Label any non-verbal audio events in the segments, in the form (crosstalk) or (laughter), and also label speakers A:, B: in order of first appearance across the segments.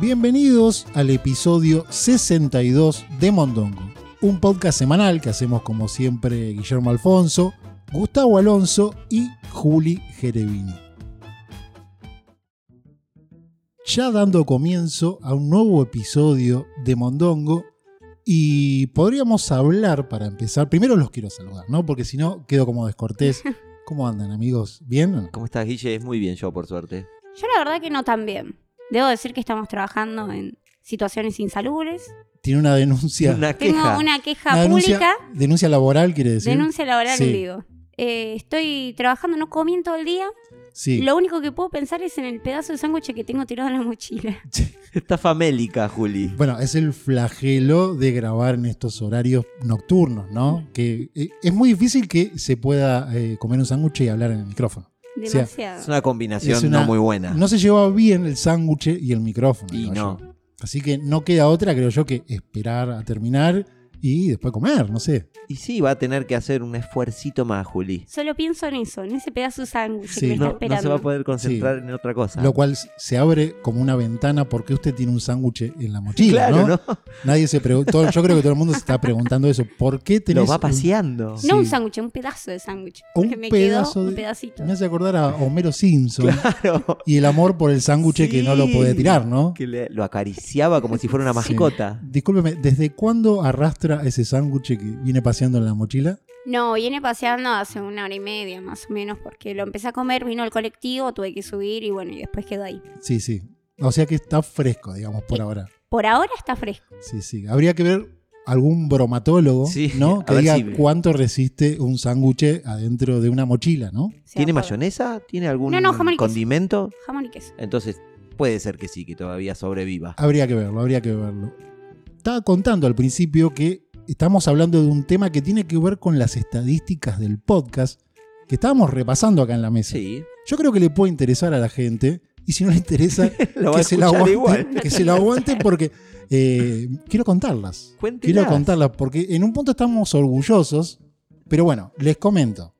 A: Bienvenidos al episodio 62 de Mondongo, un podcast semanal que hacemos como siempre Guillermo Alfonso, Gustavo Alonso y Juli Gerevini. Ya dando comienzo a un nuevo episodio de Mondongo y podríamos hablar para empezar, primero los quiero saludar, ¿no? Porque si no quedo como descortés. ¿Cómo andan amigos? ¿Bien?
B: ¿Cómo estás, Guille? Es muy bien yo, por suerte.
C: Yo la verdad que no tan bien. Debo decir que estamos trabajando en situaciones insalubres.
A: Tiene una denuncia.
B: Una
C: Tengo
B: queja.
C: una queja
A: una denuncia,
C: pública,
A: denuncia laboral quiere decir.
C: denuncia laboral
A: Sí.
C: en vivo. Eh, estoy trabajando, no comí en todo el día.
A: Sí.
C: Lo único que puedo pensar es en el pedazo de sándwich que tengo tirado en
A: (laughs)
C: la mochila.
B: Está famélica, Juli.
A: Bueno, es el flagelo de grabar en estos horarios nocturnos, ¿no? Que eh, es muy difícil que se pueda eh, comer un sándwich y hablar en el micrófono. sea,
C: Demasiado.
B: Es una combinación
A: Es una-
B: no muy buena.
A: No se llevaba bien el sándwich y el micrófono.
B: y
A: creo
B: no.
A: yo. Así que no queda otra, creo yo, que esperar a terminar y después comer, no sé.
B: Y sí, va a tener que hacer un esfuercito más, Juli.
C: Solo pienso en eso, en ese pedazo de sándwich
A: Sí.
C: que me está
B: No, no
C: esperando.
B: se va a poder concentrar en otra cosa.
A: Lo cual se abre como una ventana porque usted tiene un sándwich en la mochila,
B: claro,
A: ¿no?
B: ¿no?
A: Nadie se preguntó, yo creo que todo el mundo se está preguntando eso. ¿Por qué tenés
B: Lo va
A: un- (laughs)
B: paseando. (laughs)
C: No un
A: Sí.
C: sándwich, un pedazo de sándwich.
A: Un
C: Porque me
A: pedazo
C: quedó
A: de-
C: un pedacito.
A: Me hace acordar a Homero Simpson
B: Claro.
A: y el amor por el sándwich que no lo
B: Sí.
A: puede tirar, ¿no?
B: Que le- lo acariciaba como si fuera una
A: Sí.
B: mascota.
A: Discúlpeme, ¿desde cuándo arrastra ese sándwich que viene paseando en la mochila?
C: No, viene paseando hace una hora y media más o menos, porque lo empecé a comer, vino el colectivo, tuve que subir y bueno, y después quedó ahí.
A: Sí, sí. O sea que está fresco, digamos, por ahora.
C: Por ahora está fresco.
A: Sí, sí. Habría que ver algún bromatólogo,
B: Sí,
A: ¿no?
B: (laughs) a
A: Que
B: ver
A: diga
B: si-
A: cuánto resiste un sándwich adentro de una mochila, ¿no?
C: Se
B: ¿Tiene
C: apaga.
B: mayonesa? ¿Tiene algún
C: No, no, jamón y queso.
B: condimento?
C: Jamón y queso.
B: Entonces, puede ser que sí, que todavía sobreviva.
A: Habría que verlo, habría que verlo. Estaba contando al principio que estamos hablando de un tema que tiene que ver con las estadísticas del podcast que estábamos repasando acá en la mesa.
B: Sí. (laughs)
A: Yo creo que le puede interesar a la gente y si no le interesa,
B: (laughs) Lo va a
A: que, se la
B: escuchar igual.
A: aguante, (laughs) que se la aguante porque eh, quiero contarlas. Quiero
B: Cuéntelas.
A: contarlas porque en un punto estamos orgullosos, pero bueno, les comento.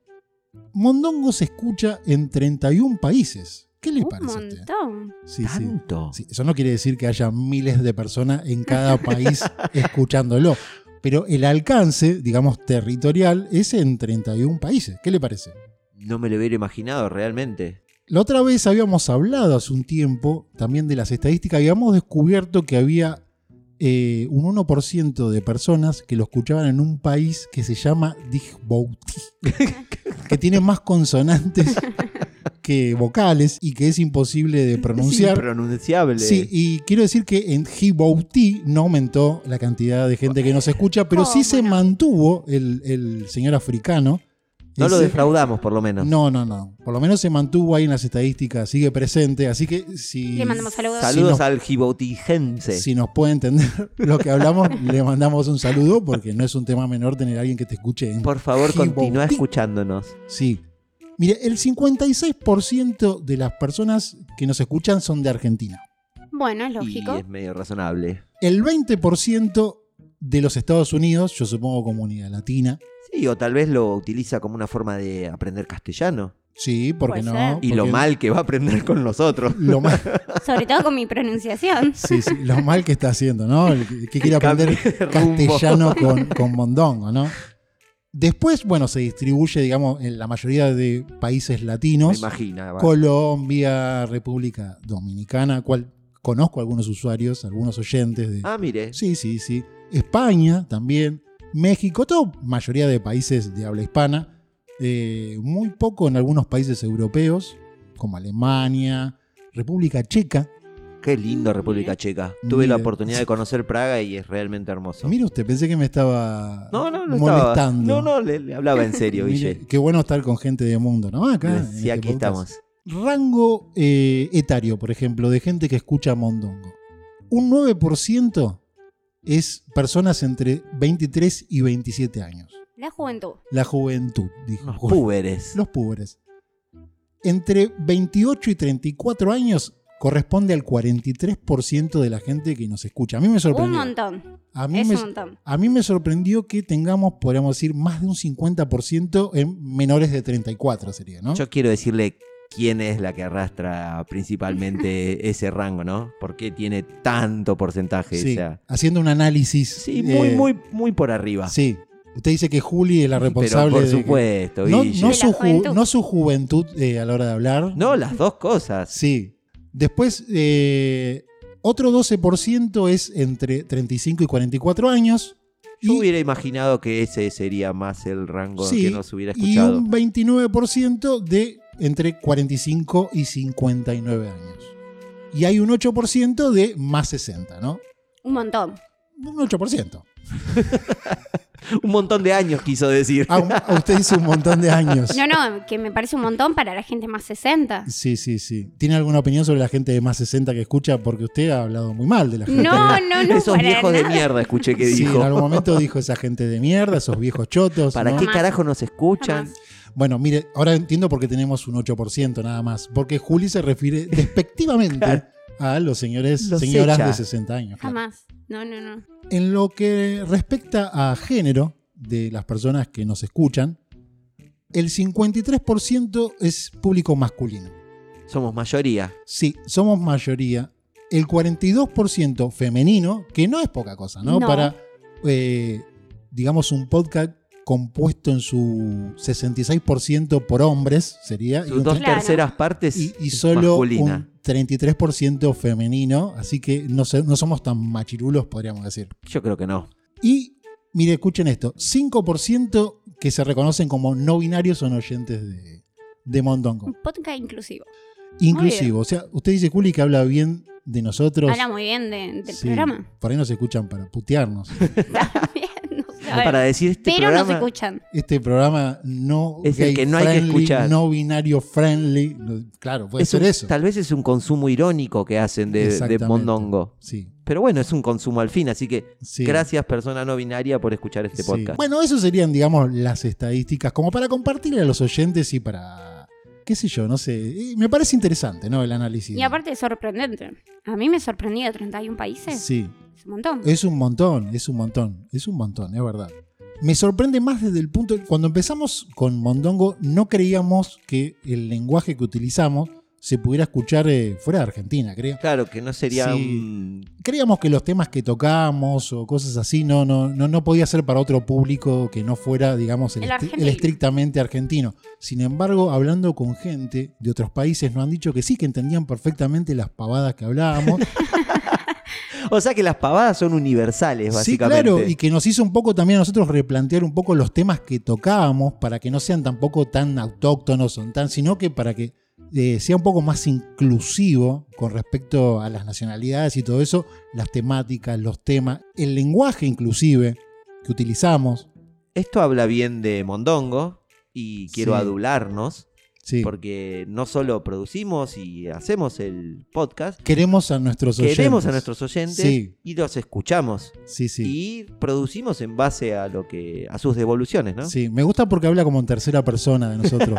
A: Mondongo se escucha en 31 países. ¿Qué les
C: Un
A: parece? a ustedes?
C: montón.
A: Sí, sí.
B: Tanto.
A: Sí, eso no quiere decir que haya miles de personas en
C: (laughs)
A: cada país escuchándolo. Pero el alcance, digamos, territorial es en 31 países. ¿Qué le parece?
B: No me lo hubiera imaginado realmente.
A: La otra vez habíamos hablado hace un tiempo también de las estadísticas. Habíamos descubierto que había eh, un 1% de personas que lo escuchaban en un país que se llama Djibouti, (laughs) que tiene más consonantes que vocales y que es imposible de pronunciar.
B: Pronunciable.
A: Sí, y quiero decir que en Djibouti no aumentó la cantidad de gente que nos escucha, pero sí se
C: ¿Cómo no?
A: mantuvo el, el señor africano.
B: No lo
A: Ese-
B: defraudamos, por lo menos.
A: No, no, no. Por lo menos se mantuvo ahí en las estadísticas, sigue presente. Así que si,
C: Le mandamos saludos.
B: Saludos
A: Si no-
B: al jiboutigense.
A: si nos puede entender (laughs) lo que hablamos, le mandamos un saludo porque no es un tema menor tener a alguien que te escuche en
B: Por favor,
A: Djibouti.
B: continúa escuchándonos.
A: Sí. Mire, el 56% de las personas que nos escuchan son de Argentina.
C: Bueno, es
B: Y
C: lógico.
B: es medio razonable.
A: El 20% de los Estados Unidos, yo supongo comunidad latina,
B: Sí, o tal vez lo utiliza como una forma de aprender castellano.
A: sí, porque
C: Puede
A: no.
C: ser.
B: Y lo
A: Porque
B: mal que va a aprender con
A: (laughs)
B: nosotros.
A: Lo mal,
C: (laughs) Sobre todo con mi pronunciación.
A: sí, sí, lo mal que está haciendo, ¿no? El que, que quiere aprender
B: Cambie de rumbo.
A: castellano con, con mondongo, ¿no? Después, bueno, se distribuye, digamos, en la mayoría de países
B: Me
A: latinos.
B: imagina. va.
A: Colombia, República Dominicana, cual conozco algunos usuarios, algunos oyentes de,
B: Ah, mire.
A: Sí, sí, sí. España también. México, todo mayoría de países de habla hispana. Eh, muy poco en algunos países europeos, como Alemania, República Checa.
B: Qué lindo República Checa. Tuve la
A: Mire.
B: oportunidad de conocer Praga y es realmente hermoso.
A: Mira usted, pensé que me estaba
B: No, no, no estaba.
A: molestando.
B: No, no, le, le hablaba en serio,
A: Mire,
B: Guille.
A: qué bueno estar con gente de mundo, ¿no? Acá. en
B: Sí,
A: este
B: aquí
A: podcast.
B: estamos.
A: Rango eh, etario, por ejemplo, de gente que escucha Mondongo. Un 9% es personas entre 23 y 27 años.
C: La juventud.
A: La juventud, dijo.
B: Unos púberes.
A: Los pobres. Entre 28 y 34 años corresponde al 43% de la gente que nos escucha. A mí me
C: Un
A: sorprendió.
C: montón.
A: A mí
C: Es
A: me,
C: un montón.
A: a mí me sorprendió que tengamos, podríamos decir, más de un 50% en menores de 34 sería, ¿no?
B: Yo quiero decirle quién es la que arrastra
A: (laughs)
B: principalmente ese rango, ¿no? ¿Por qué tiene tanto porcentaje?
A: Sí,
B: esa-
A: haciendo un análisis.
B: Sí, muy,
A: eh,
B: muy, muy por arriba.
A: Sí. Usted dice que Juli es la responsable
B: Pero por
A: de que-
B: supuesto,
A: no,
B: Guille.
A: no
C: De la
A: su ju-
C: juventud.
A: no su juventud eh, a la hora de hablar.
B: No, las dos cosas.
A: Sí. Después, eh, otro 12% es entre 35 y 44 años. Y,
B: Yo hubiera imaginado que ese sería más el rango
A: Sí,
B: que nos hubiera
A: y
B: escuchado.
A: un 29% de entre 45 y 59 años. Y hay un 8% de más 60, ¿no?
C: Un montón.
A: Un 8%.
B: Un montón de años quiso decir. (laughs)
A: A, a usted dice Ah, un (laughs) montón de años.
C: No, no, que me parece un montón para la gente
A: (laughs)
C: más 60.
A: Sí, sí, sí. ¿Tiene alguna opinión sobre la gente de más 60 que escucha? Porque usted ha hablado muy mal de la gente.
C: No, no, no.
B: (laughs) Esos
C: para
B: viejos de
C: nada.
B: mierda, escuché que
A: Sí,
B: dijo.
A: en algún
B: (laughs)
A: momento dijo esa gente de mierda, esos viejos chotos.
B: ¿Para
A: ¿no?
B: qué
C: Jamás.
B: carajo nos escuchan?
C: Jamás.
A: Bueno, mire, ahora entiendo por qué tenemos un 8% nada más. Porque Juli se refiere despectivamente a los señores,
B: Los
A: señoras
B: echa.
A: de 60 años. claro.
C: Jamás. No, no, no.
A: En lo que respecta a género de las personas que nos escuchan, el 53% es público masculino.
B: Somos mayoría.
A: Sí, somos mayoría. El 42% femenino, que no es poca cosa, ¿no?
C: No.
A: Para, eh, digamos, un podcast compuesto en su 66% por hombres, sería. y
B: Sus
A: un
B: dos
A: tre-
C: Claro.
B: terceras partes
A: y, y solo
B: masculina.
A: un 33% femenino, así que no, se- no somos tan machirulos, podríamos decir.
B: Yo creo que no.
A: Y, mire, escuchen esto, 5% que se reconocen como no binarios son oyentes de, de Mondongo.
C: Un podcast inclusivo.
A: Inclusivo, o sea, usted dice, Juli, que habla bien de nosotros.
C: Habla muy bien de- del
A: Sí,
C: programa. (laughs)
A: Por ahí nos escuchan para putearnos.
C: También, no sé, a ver.
B: Para decir este
C: Pero no se
B: programa.
C: escuchan.
A: Este programa no
B: Es el
A: gay
B: que no hay que
A: friendly,
B: escuchar.
A: no binario friendly. no- Claro, puede
B: es
A: ser
B: un-
A: eso.
B: Tal vez es un consumo irónico que hacen de, de
A: Exactamente.
B: Mondongo.
A: Sí,
B: Pero bueno, es un consumo al fin, así que
A: sí.
B: gracias persona no binaria por escuchar este
A: sí.
B: podcast.
A: Bueno, eso serían, digamos, las estadísticas, como para compartirle a los oyentes y para, qué sé yo, no sé. Y Me parece interesante, ¿no? El análisis.
C: Y aparte es sorprendente. A mí me sorprendía 31 países.
A: Sí,
C: Es un montón.
A: es un montón, es un montón, es un montón, es verdad. Me sorprende más desde el punto. Cuando empezamos con Mondongo, no creíamos que el lenguaje que utilizamos se pudiera escuchar eh, fuera de Argentina, creo.
B: Claro que no sería
A: Sí.
B: un-
A: Creíamos que los temas que tocamos o cosas así no, no, no, no podía ser para otro público que no fuera, digamos, el,
C: El
A: estri-
C: argentino.
A: el estrictamente argentino. Sin embargo, hablando con gente de otros países, nos han dicho que sí, que entendían perfectamente las pavadas que hablábamos.
B: O sea que las pavadas son universales,
A: Sí,
B: básicamente.
A: claro, y que nos hizo un poco también a nosotros replantear un poco los temas que tocábamos para que no sean tampoco tan autóctonos, o tan, sino que para que eh, sea un poco más inclusivo con respecto a las nacionalidades y todo eso, las temáticas, los temas, el lenguaje inclusive que utilizamos.
B: Esto habla bien de Mondongo y quiero
A: Sí.
B: adularnos
A: Sí.
B: porque no solo producimos y hacemos el podcast,
A: Queremos a nuestros oyentes.
B: queremos a nuestros oyentes
A: Sí.
B: y los escuchamos
A: Sí, sí.
B: y producimos en base a lo que a sus devoluciones, ¿no?
A: Sí, me gusta porque habla como en tercera persona de nosotros.
B: (laughs)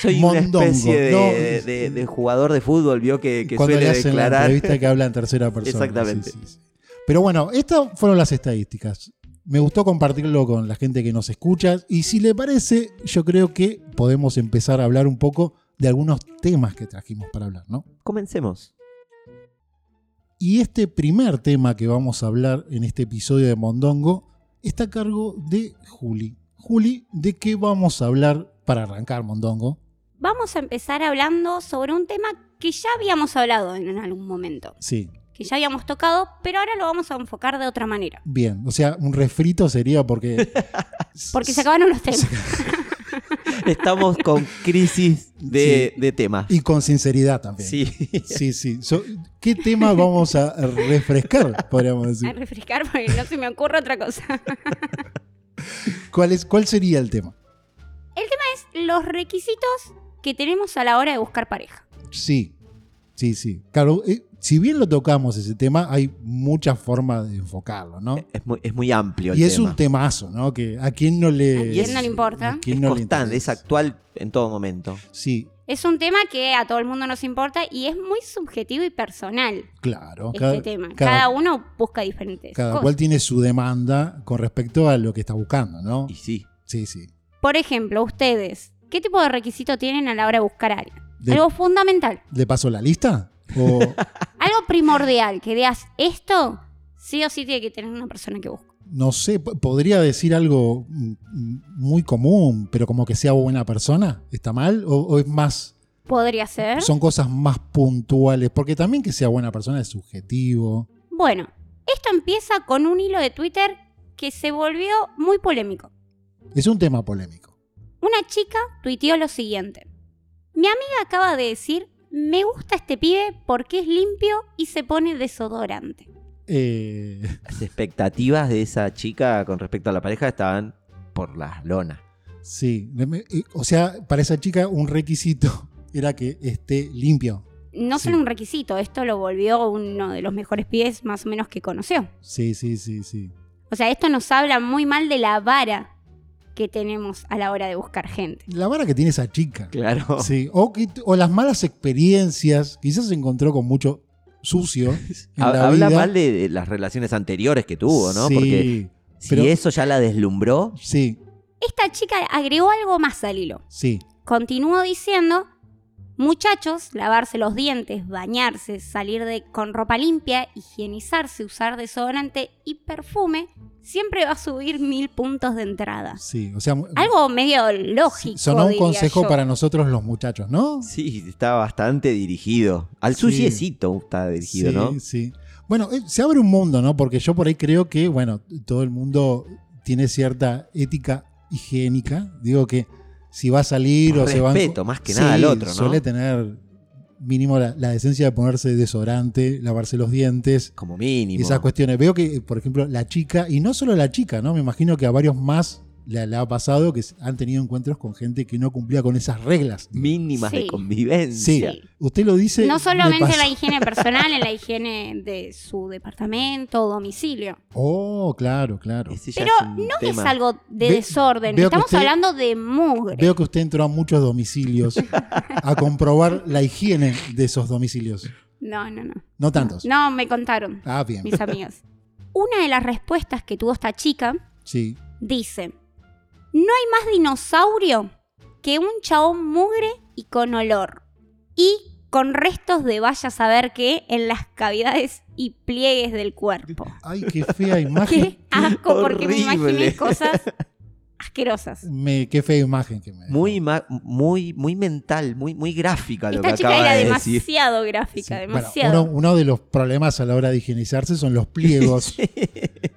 B: Soy
A: Mondongo,
B: una especie de,
A: no, eh,
B: de- de- de jugador de fútbol, vio que, que
A: cuando
B: suele
A: le hacen la
B: declarar.
A: entrevista que habla en tercera persona.
B: Exactamente.
A: Sí, sí, sí. Pero bueno, estas fueron las estadísticas. Me gustó compartirlo con la gente que nos escucha. Y si le parece, yo creo que podemos empezar a hablar un poco de algunos temas que trajimos para hablar, ¿no?
B: Comencemos.
A: Y este primer tema que vamos a hablar en este episodio de Mondongo está a cargo de Juli. Juli, ¿de qué vamos a hablar para arrancar Mondongo?
C: Vamos a empezar hablando sobre un tema que ya habíamos hablado en algún momento,
A: Sí,
C: que ya habíamos tocado, pero ahora lo vamos a enfocar de otra manera.
A: bien. O sea, un refrito sería porque...
C: (laughs) Porque se acabaron los temas.
B: Estamos con crisis de, de tema.
A: Y con sinceridad también.
B: Sí.
C: (laughs)
A: Sí, sí. So- ¿Qué tema vamos a refrescar, podríamos
C: A
A: decir?
C: refrescar porque no se me ocurre otra cosa.
A: ¿Cuál, es, ¿Cuál sería el tema?
C: Es los requisitos que tenemos a la hora de buscar pareja.
A: Sí, sí, sí. Claro, eh, si bien lo tocamos ese tema, hay muchas formas de enfocarlo, ¿no?
B: (laughs) Es muy, es muy amplio el
A: Y es
B: tema.
A: un temazo, ¿no? Que a quién no le...
C: A quién no le importa.
A: a quién
B: es
A: no le
B: constante, es
A: interesa.
B: actual en todo momento.
A: Sí,
C: Es un tema que a todo el mundo nos importa y es muy subjetivo y personal
A: claro.
C: este
A: cada-
C: tema. Cada,
A: cada-
C: uno busca diferentes
A: Cada
C: cosas.
A: cual tiene su demanda con respecto a lo que está buscando, ¿no?
B: Y sí.
A: Sí, sí.
C: Por ejemplo, ustedes, ¿Qué tipo de requisito tienen a la hora de buscar a alguien?
A: De-
C: Algo fundamental,
A: ¿Le paso la lista? O,
C: algo primordial, que digas esto, sí o sí tiene que tener una persona que busco.
A: no sé, p- podría decir algo mm, mm, muy común, pero como que sea buena persona, ¿está mal? ¿O, o es más,
C: Podría ser.
A: son cosas más puntuales? Porque también que sea buena persona es subjetivo.
C: Bueno, esto empieza con un hilo de Twitter que se volvió muy polémico.
A: Es un tema polémico.
C: Una chica tuiteó lo siguiente. Mi amiga acaba de decir, me gusta este pibe porque es limpio y se pone desodorante.
A: Eh, (laughs)
B: Las expectativas de esa chica con respecto a la pareja estaban por las lonas.
A: sí, le me- eh, o sea, para esa chica un requisito (laughs) era que esté limpio.
C: No
A: Sí.
C: solo un requisito, esto lo volvió uno de los mejores pibes más o menos que conoció.
A: Sí, sí, sí, sí.
C: O sea, esto nos habla muy mal de la vara que tenemos a la hora de buscar gente.
A: La vara que tiene esa chica.
B: (laughs) Claro.
A: Sí, o, que- o las malas experiencias, quizás se encontró con mucho
B: (laughs)
A: sucio. en
B: Ha-
A: la
B: Habla
A: vida.
B: mal de, de las relaciones anteriores que tuvo, ¿no?
A: Sí,
B: Porque
A: pero-
B: si eso ya la deslumbró,
A: sí,
C: Esta chica agregó algo más al hilo.
A: sí.
C: Continuó diciendo, muchachos, lavarse los dientes, bañarse, salir de, con ropa limpia, higienizarse, usar desodorante y perfume, siempre va a subir mil puntos de
B: Ah.
C: entrada.
A: Sí, o sea,
C: Algo medio lógico.
A: sonó un
C: diría
A: consejo
C: yo.
A: para nosotros los muchachos, ¿no?
B: sí, está bastante dirigido. Al
A: Sí.
B: suciecito está dirigido,
A: sí,
B: ¿no?
A: sí. Bueno, eh, se abre un mundo, ¿no? Porque yo por ahí creo que, bueno, todo el mundo tiene cierta ética higiénica. Digo que si va a salir
B: Por
A: o se va
B: respeto, más que nada al otro, ¿no?
A: Suele tener mínimo la, la decencia de ponerse desodorante, lavarse los dientes.
B: Como mínimo.
A: esas cuestiones. Veo que, por ejemplo, la chica, y no solo la chica, ¿no? Me imagino que a varios más le, le ha pasado que han tenido encuentros con gente que no cumplía con esas reglas.
B: mínimas de
C: Sí.
A: Sí,
B: convivencia.
A: usted lo dice.
C: No
A: me
C: solamente
A: pasa.
C: la higiene personal, en la higiene de su departamento o domicilio.
A: Oh, claro, claro.
B: Ese ya
C: Pero
B: es un
C: no
B: tema.
C: es algo de
A: Ve-
C: desorden,
A: veo que
C: estamos
A: usted-
C: hablando de mugre.
A: Veo que usted entró a muchos domicilios a comprobar la higiene de esos domicilios.
C: No, no, no.
A: No tantos.
C: No, me contaron
A: Ah, bien.
C: mis amigos. Una de las respuestas que tuvo esta chica
A: Sí.
C: dice, no hay más dinosaurio que un chabón mugre y con olor. Y con restos de vaya a saber qué en las cavidades y pliegues del cuerpo.
A: Ay, qué fea imagen.
C: Qué asco, porque me
B: horrible.
C: imaginé cosas asquerosas.
A: Me- qué fea imagen que me.
B: Muy, ma- muy, muy mental, muy, muy gráfica lo
C: Esta
B: que
C: chica
B: acaba
C: era
B: de decir.
C: demasiado
A: Sí.
C: gráfica,
A: Bueno,
C: demasiado.
A: uno, uno de los problemas a la hora de higienizarse son los pliegos.
C: (laughs)
A: (laughs)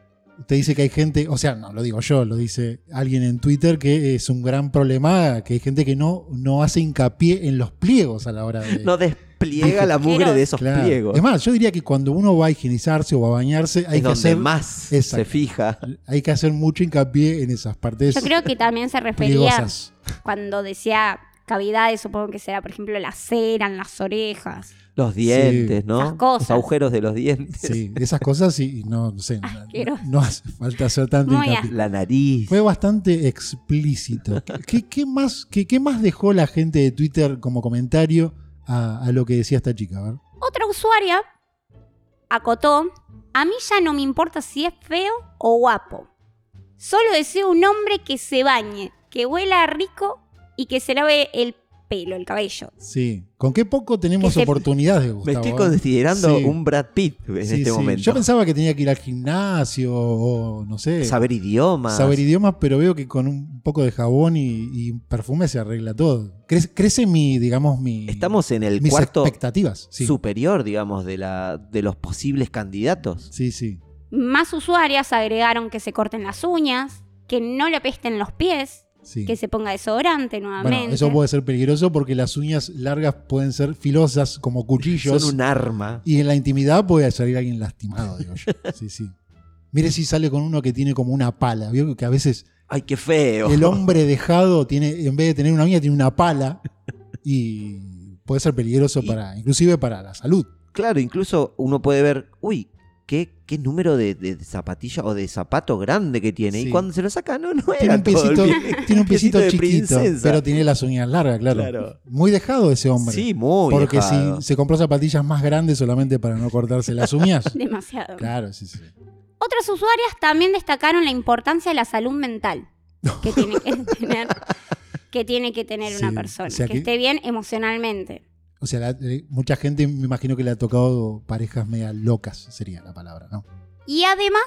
A: Te dice que hay gente, o sea, no lo digo yo, lo dice alguien en Twitter que es un gran problema, que hay gente que no, no hace hincapié en los pliegos a la hora de...
B: No despliega la mugre de esos
A: Claro.
B: pliegos.
A: Es más, yo diría que cuando uno va a higienizarse o va a bañarse, hay, que
B: es donde
A: hacer,
B: más
A: Exacto.
B: se fija.
A: hay que hacer mucho hincapié en esas partes
C: Yo creo que también se refería
B: (laughs)
A: pliegosas.
C: cuando decía cavidades, supongo que será, por ejemplo, la cera en las orejas.
B: Los dientes, ¿no?
C: Esas cosas.
B: Los agujeros de los dientes.
A: Sí, esas cosas y, y no, no sé, no-
C: Asqueroso.
A: no hace falta hacer tanto
C: Ah, Muy
A: hincapié.
B: (laughs) La nariz.
A: Fue bastante explícito. ¿Qué, qué más, qué, qué más dejó la gente de Twitter como comentario a, a lo que decía esta chica? A ver.
C: Otra usuaria acotó, a mí ya no me importa si es feo o guapo. Solo deseo un hombre que se bañe, que huela rico y que se lave el pelo, el cabello.
A: Sí. ¿Con qué poco tenemos
C: Que se-
A: oportunidades,
B: Me
A: Gustavo?
B: estoy
A: eh?
B: considerando
A: Sí.
B: un Brad Pitt en
A: Sí,
B: este
A: sí.
B: momento.
A: Yo pensaba que tenía que ir al gimnasio o no sé.
B: Saber idiomas.
A: saber idiomas, pero veo que con un poco de jabón y, y perfume se arregla todo. Crece, crece mi, digamos, mi.
B: Estamos en el
A: mis
B: cuarto
A: expectativas. Sí.
B: superior, digamos, de, la, de los posibles candidatos.
A: sí, sí.
C: Más usuarias agregaron que se corten las uñas, que no le pesten los pies,
A: sí.
C: que se ponga desodorante nuevamente.
A: Bueno, eso puede ser peligroso porque las uñas largas pueden ser filosas como cuchillos.
B: Son un arma.
A: Y en la intimidad puede salir alguien lastimado, digo
B: (laughs)
A: yo. Sí, sí. Mire si sale con uno que tiene como una pala. Vio que a veces
B: Ay, qué feo.
A: el hombre dejado tiene, en vez de tener una uña, tiene una pala. Y puede ser peligroso
B: Y-
A: para, inclusive para la salud.
B: (laughs) Claro, incluso uno puede ver, uy, qué, qué número de, de zapatilla o de zapato grande que tiene.
A: Sí.
B: Y cuando se lo saca, no, no
A: Tiene
B: era
A: un
B: todo el
A: piecito,
B: pie.
A: tiene
B: (laughs)
A: un piecito
B: de
A: chiquito,
B: princesa.
A: pero tiene las uñas largas, claro.
B: Claro.
A: Muy dejado ese hombre.
B: Sí, muy
A: porque
B: dejado.
A: si se compró zapatillas más grandes solamente para no cortarse las uñas. (laughs)
C: Demasiado.
A: claro, sí, sí. (laughs)
C: Otras usuarias también destacaron la importancia de la salud mental que tiene que tener, que tiene que tener
A: Sí,
C: una
A: o
C: persona,
A: sea
C: que,
A: que-
C: esté bien emocionalmente.
A: O sea, la- eh, mucha gente me imagino que le ha tocado parejas media locas, sería la palabra, ¿no?
C: Y además,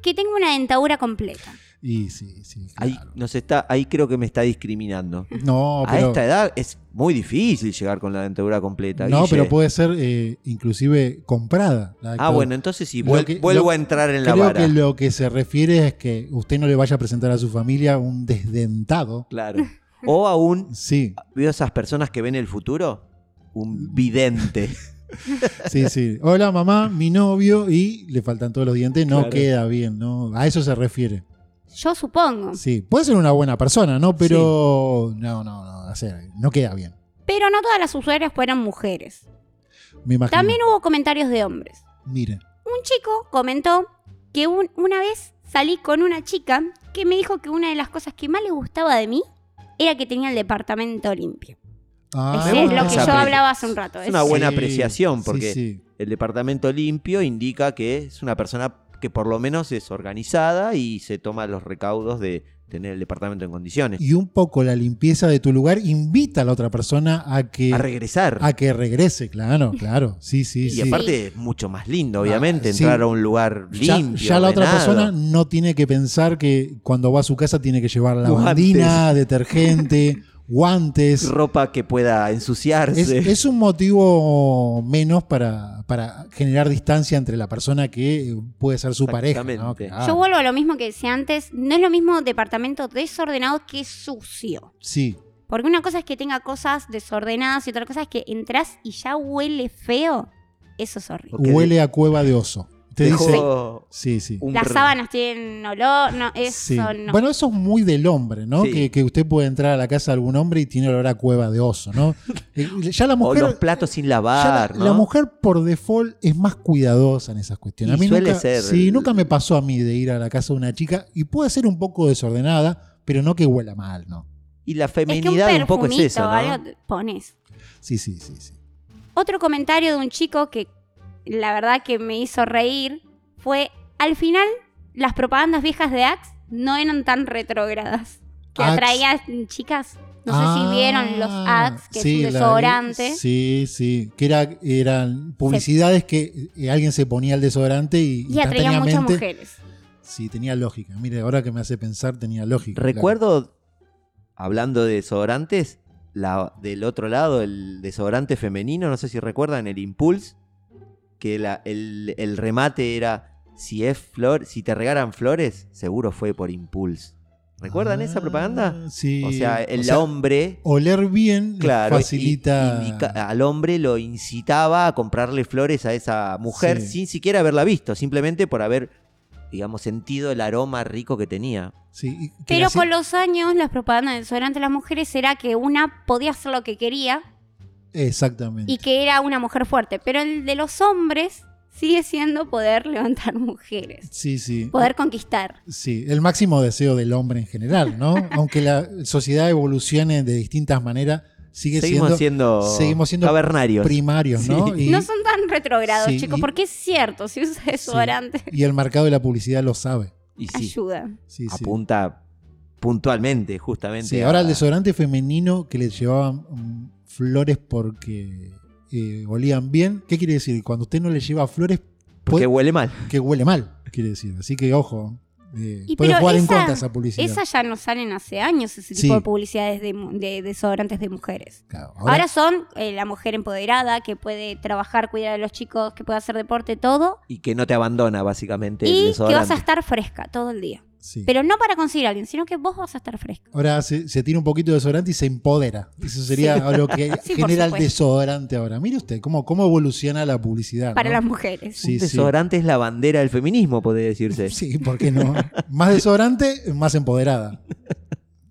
C: que tenga una dentadura completa.
A: Y sí, sí,
B: Ahí,
A: claro.
B: nos está, ahí creo que me está discriminando.
A: No,
B: a
A: pero,
B: esta edad es muy difícil llegar con la dentadura completa.
A: no,
B: Guille.
A: pero puede ser eh, inclusive comprada. la
B: Ah,
A: dictadura.
B: bueno, entonces sí,
A: Lo
B: vuel-
A: que-
B: vuelvo
A: lo-
B: a entrar en la
A: Creo
B: vara.
A: que lo que se refiere es que usted no le vaya a presentar a su familia un desdentado.
B: Claro. O aún,
A: Sí,
B: ¿vio esas personas que ven el futuro? Un vidente.
A: sí, sí. Hola mamá, mi novio y le faltan todos los dientes, no
B: Claro.
A: queda bien, ¿no? A eso se refiere.
C: Yo supongo.
A: Sí, puede ser una buena persona, ¿no? Pero no, no, no, o sea, no queda bien.
C: Pero no todas las usuarias fueran mujeres.
A: Me imagino.
C: También hubo comentarios de hombres.
A: Mire,
C: Un chico comentó que un- una vez salí con una chica que me dijo que una de las cosas que más le gustaba de mí era que tenía el departamento limpio.
A: Ah,
C: Ese es lo que
B: esa
C: yo
B: pre-
C: hablaba hace un rato.
B: es una
C: ese.
B: buena
A: Sí,
B: apreciación,
A: sí,
B: porque
A: sí.
B: el departamento limpio indica que es una persona que por lo menos es organizada y se toma los recaudos de tener el departamento en condiciones.
A: Y un poco la limpieza de tu lugar invita a la otra persona a que,
B: a regresar.
A: eh, a que regrese, claro, claro. Sí, sí,
B: y
A: sí.
B: aparte es mucho más lindo, obviamente,
A: Ah, sí.
B: entrar a un lugar
A: Ya,
B: limpio.
A: ya la otra
B: ordenado.
A: persona no tiene que pensar que cuando va a su casa tiene que llevar lavandina,
B: (laughs)
A: detergente, guantes.
B: Ropa que pueda ensuciarse.
A: Es, es un motivo menos para, para generar distancia entre la persona que eh, puede ser su pareja. ¿no? ah,
B: Exactamente.
A: Claro.
C: Yo vuelvo a lo mismo que decía antes. No es lo mismo departamento desordenado que sucio.
A: Sí,
C: Porque una cosa es que tenga cosas desordenadas y otra cosa es que entras y ya huele feo. Eso es horrible.
B: Porque
A: huele a cueva de oso. Te dice.
B: Dejó
A: Sí, sí.
B: un
C: Las
B: r-
C: sábanas tienen olor, no, eso
A: Sí.
C: no.
A: Bueno, eso es muy del hombre, ¿no?
B: Sí.
A: Que, que usted puede entrar a la casa de algún hombre y tiene olor a cueva de oso,
B: (laughs)
A: ¿no? Eh, ya la
B: O
A: mujer.
B: los platos sin
A: Ya
B: lavar,
A: la,
B: ¿no?
A: la mujer por default es más cuidadosa en esas cuestiones. a
B: Y
A: mí
B: suele
A: nunca,
B: ser.
A: Sí, nunca me pasó a mí de ir a la casa de una chica y puede ser un poco desordenada, pero no que huela mal, ¿no?
B: Y la
C: es que un
B: feminidad un,
C: perfumito
B: poco es eso,
C: o
B: ¿no?
C: algo te pones.
A: Sí, sí, sí, sí.
C: Otro comentario de un chico que la verdad que me hizo reír fue, al final las propagandas viejas de Axe no eran tan retrógradas. Que
A: Axe.
C: atraían chicas. No sé
A: Ah,
C: si vieron los Axe, que
A: sí,
C: es
A: la-
C: un desodorante.
A: sí, sí. Que era, eran publicidades que eh, alguien se ponía el desodorante y,
C: y atraían muchas
A: instantáneamente-
C: mujeres.
A: Sí, tenía lógica. Mire, ahora que me hace pensar, tenía lógica. claro.
B: Recuerdo, hablando de desodorantes, la, del otro lado, el desodorante femenino, no sé si recuerdan, el Impulse, que la- el, el remate era, si es flor, si te regaran flores, seguro fue por Impulse. ¿Recuerdan esa
A: Ah,
B: propaganda?
A: Sí.
B: O sea, el
A: O sea,
B: hombre...
A: Oler bien
B: Claro,
A: facilita.
B: y- indica- al hombre lo incitaba a comprarle flores a esa mujer
A: Sí.
B: sin siquiera haberla visto, simplemente por haber, digamos, sentido el aroma rico que tenía.
A: sí, y que
C: Pero
A: la-
C: con los años, las propagandas del desodorante de las mujeres era que una podía hacer lo que quería
A: Exactamente.
C: y que era una mujer fuerte. Pero el de los hombres sigue siendo poder levantar mujeres,
A: Sí, sí.
C: poder conquistar.
A: Sí, el máximo deseo del hombre en general,
C: (laughs)
A: ¿no? Aunque la sociedad evolucione de distintas maneras, sigue
B: seguimos
A: siendo,
B: siendo,
A: seguimos siendo
B: cavernarios.
A: primarios, ¿no? Y,
C: no son tan retrogrados,
A: sí,
C: chicos,
A: y-
C: porque es cierto, si (laughs) usa desodorante,
A: y el mercado de la publicidad lo sabe.
B: y sí,
C: ayuda.
A: Sí, sí.
B: apunta puntualmente, justamente.
A: Sí, ahora
B: a-
A: el desodorante femenino que les llevaban mm, flores porque eh, olían bien, ¿qué quiere decir? Cuando usted no le lleva flores,
B: porque
A: puede-
B: huele mal.
A: que huele mal, quiere decir. Así que ojo, eh,
C: Y
A: puede
C: pero
A: jugar en
C: esa-
A: contra esa publicidad.
C: Esas ya no salen hace años, ese
A: Sí.
C: tipo de publicidades de, mu- de desodorantes de mujeres.
A: Claro, ahora-
C: Ahora, son eh, la mujer empoderada que puede trabajar, cuidar a los chicos, que puede hacer deporte, todo.
B: Y que no te abandona, básicamente, el
C: Y que
B: desodorante.
C: vas a estar fresca todo el día.
A: sí.
C: Pero no para conseguir a alguien, sino que vos vas a estar fresca.
A: Ahora se, se tira un poquito de desodorante y se empodera. Eso sería lo que
C: (laughs) Sí, por
A: genera el
C: supuesto.
A: desodorante ahora. Mire usted cómo, cómo evoluciona la publicidad.
C: Para
A: ¿no?
C: las mujeres.
A: Sí,
B: Un
A: sí.
B: desodorante es la bandera del feminismo, podría decirse.
A: Sí, ¿por qué no? más desodorante, más empoderada.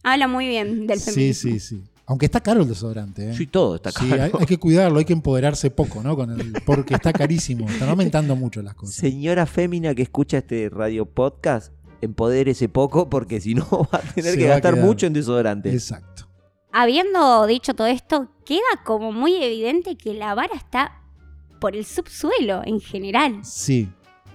C: Habla muy bien (laughs) del
A: Sí,
C: feminismo.
A: sí, sí. Aunque está caro el desodorante. ¿eh?
B: Sí, todo está
A: Sí,
B: caro. (laughs)
A: hay, hay que cuidarlo, hay que empoderarse poco, ¿no? Con el- porque está carísimo. Están aumentando mucho las cosas.
B: Señora fémina que escucha este radio podcast, empodérese poco porque si no (laughs) va a tener
A: Se
B: que
A: va a
B: gastar
A: quedar.
B: mucho en desodorante.
A: Exacto.
C: Habiendo dicho todo esto, queda como muy evidente que la vara está por el subsuelo en general.
A: Sí.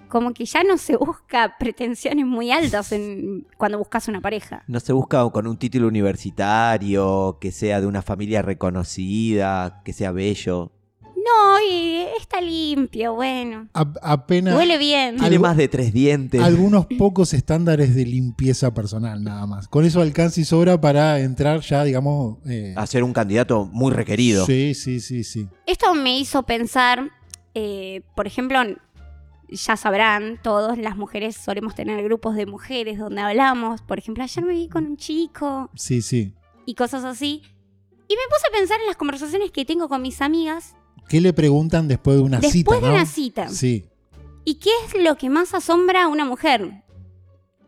C: como que ya no se busca pretensiones muy altas en, cuando buscas una pareja.
B: No se busca con un título universitario, que sea de una familia reconocida, que sea bello.
C: No, y está limpio, bueno.
A: A- apenas
C: Huele bien.
B: Tiene
A: Algo-
B: más de tres dientes.
A: algunos pocos estándares de limpieza personal, nada más. Con eso alcanza y sobra para entrar ya, digamos. eh,
B: A ser un candidato muy requerido.
A: Sí, sí, sí, sí.
C: Esto me hizo pensar, eh, por ejemplo, ya sabrán, todos las mujeres solemos tener grupos de mujeres donde hablamos. Por ejemplo, ayer me vi con un chico
A: Sí, sí.
C: y cosas así. Y me puse a pensar en las conversaciones que tengo con mis amigas
A: ¿Qué le preguntan después de una cita?
C: después de
A: no?
C: una cita.
A: Sí.
C: ¿Y qué es lo que más asombra a una mujer?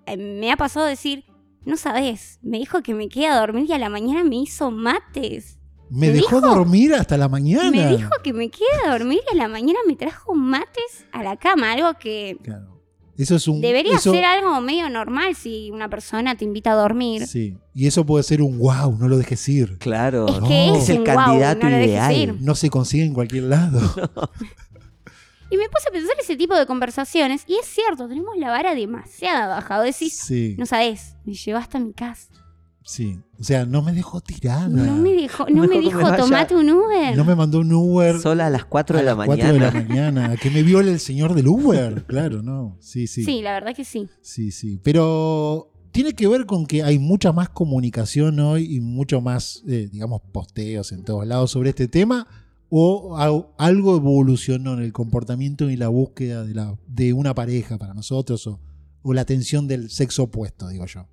C: Eh, me ha pasado decir, no sabes, me dijo que me quedé a dormir y a la mañana me hizo mates.
A: Me
C: ¿Me
A: dejó
C: dijo?
A: dormir hasta la mañana.
C: Me dijo que me quedé a dormir y a la mañana me trajo mates a la cama, algo que
A: Claro. Eso es un.
C: debería
A: eso-
C: ser algo medio normal si una persona te invita a dormir.
A: Sí. Y eso puede ser un wow, no lo dejes ir.
B: Claro.
C: Es
A: No.
C: que es,
A: Es
B: el
C: un
B: candidato
C: wow, no lo dejes
B: ideal.
C: ir.
A: No se consigue en cualquier lado.
C: Y me puse a pensar ese tipo de conversaciones y es cierto, tenemos la vara demasiado bajada. Decís,
A: Sí,
C: no sabes, me llevó hasta mi casa.
A: sí. O sea, no me dejó tirada.
C: No me dejó, no
B: Mejor
C: me
B: no me
C: dijo,
B: vaya.
C: tomate un Uber.
A: No me mandó un Uber
B: Sola a las 4
A: a
B: de la
A: las 4
B: mañana.
A: de la mañana. Que me viole el señor del Uber. Claro, no. Sí, sí.
C: Sí. la verdad que sí.
A: Sí, sí. Pero tiene que ver con que hay mucha más comunicación hoy y mucho más, eh, digamos, posteos en todos lados sobre este tema. ¿O al- algo evolucionó en el comportamiento y la búsqueda de, la, de una pareja para nosotros? O, o la atención del sexo opuesto, digo yo?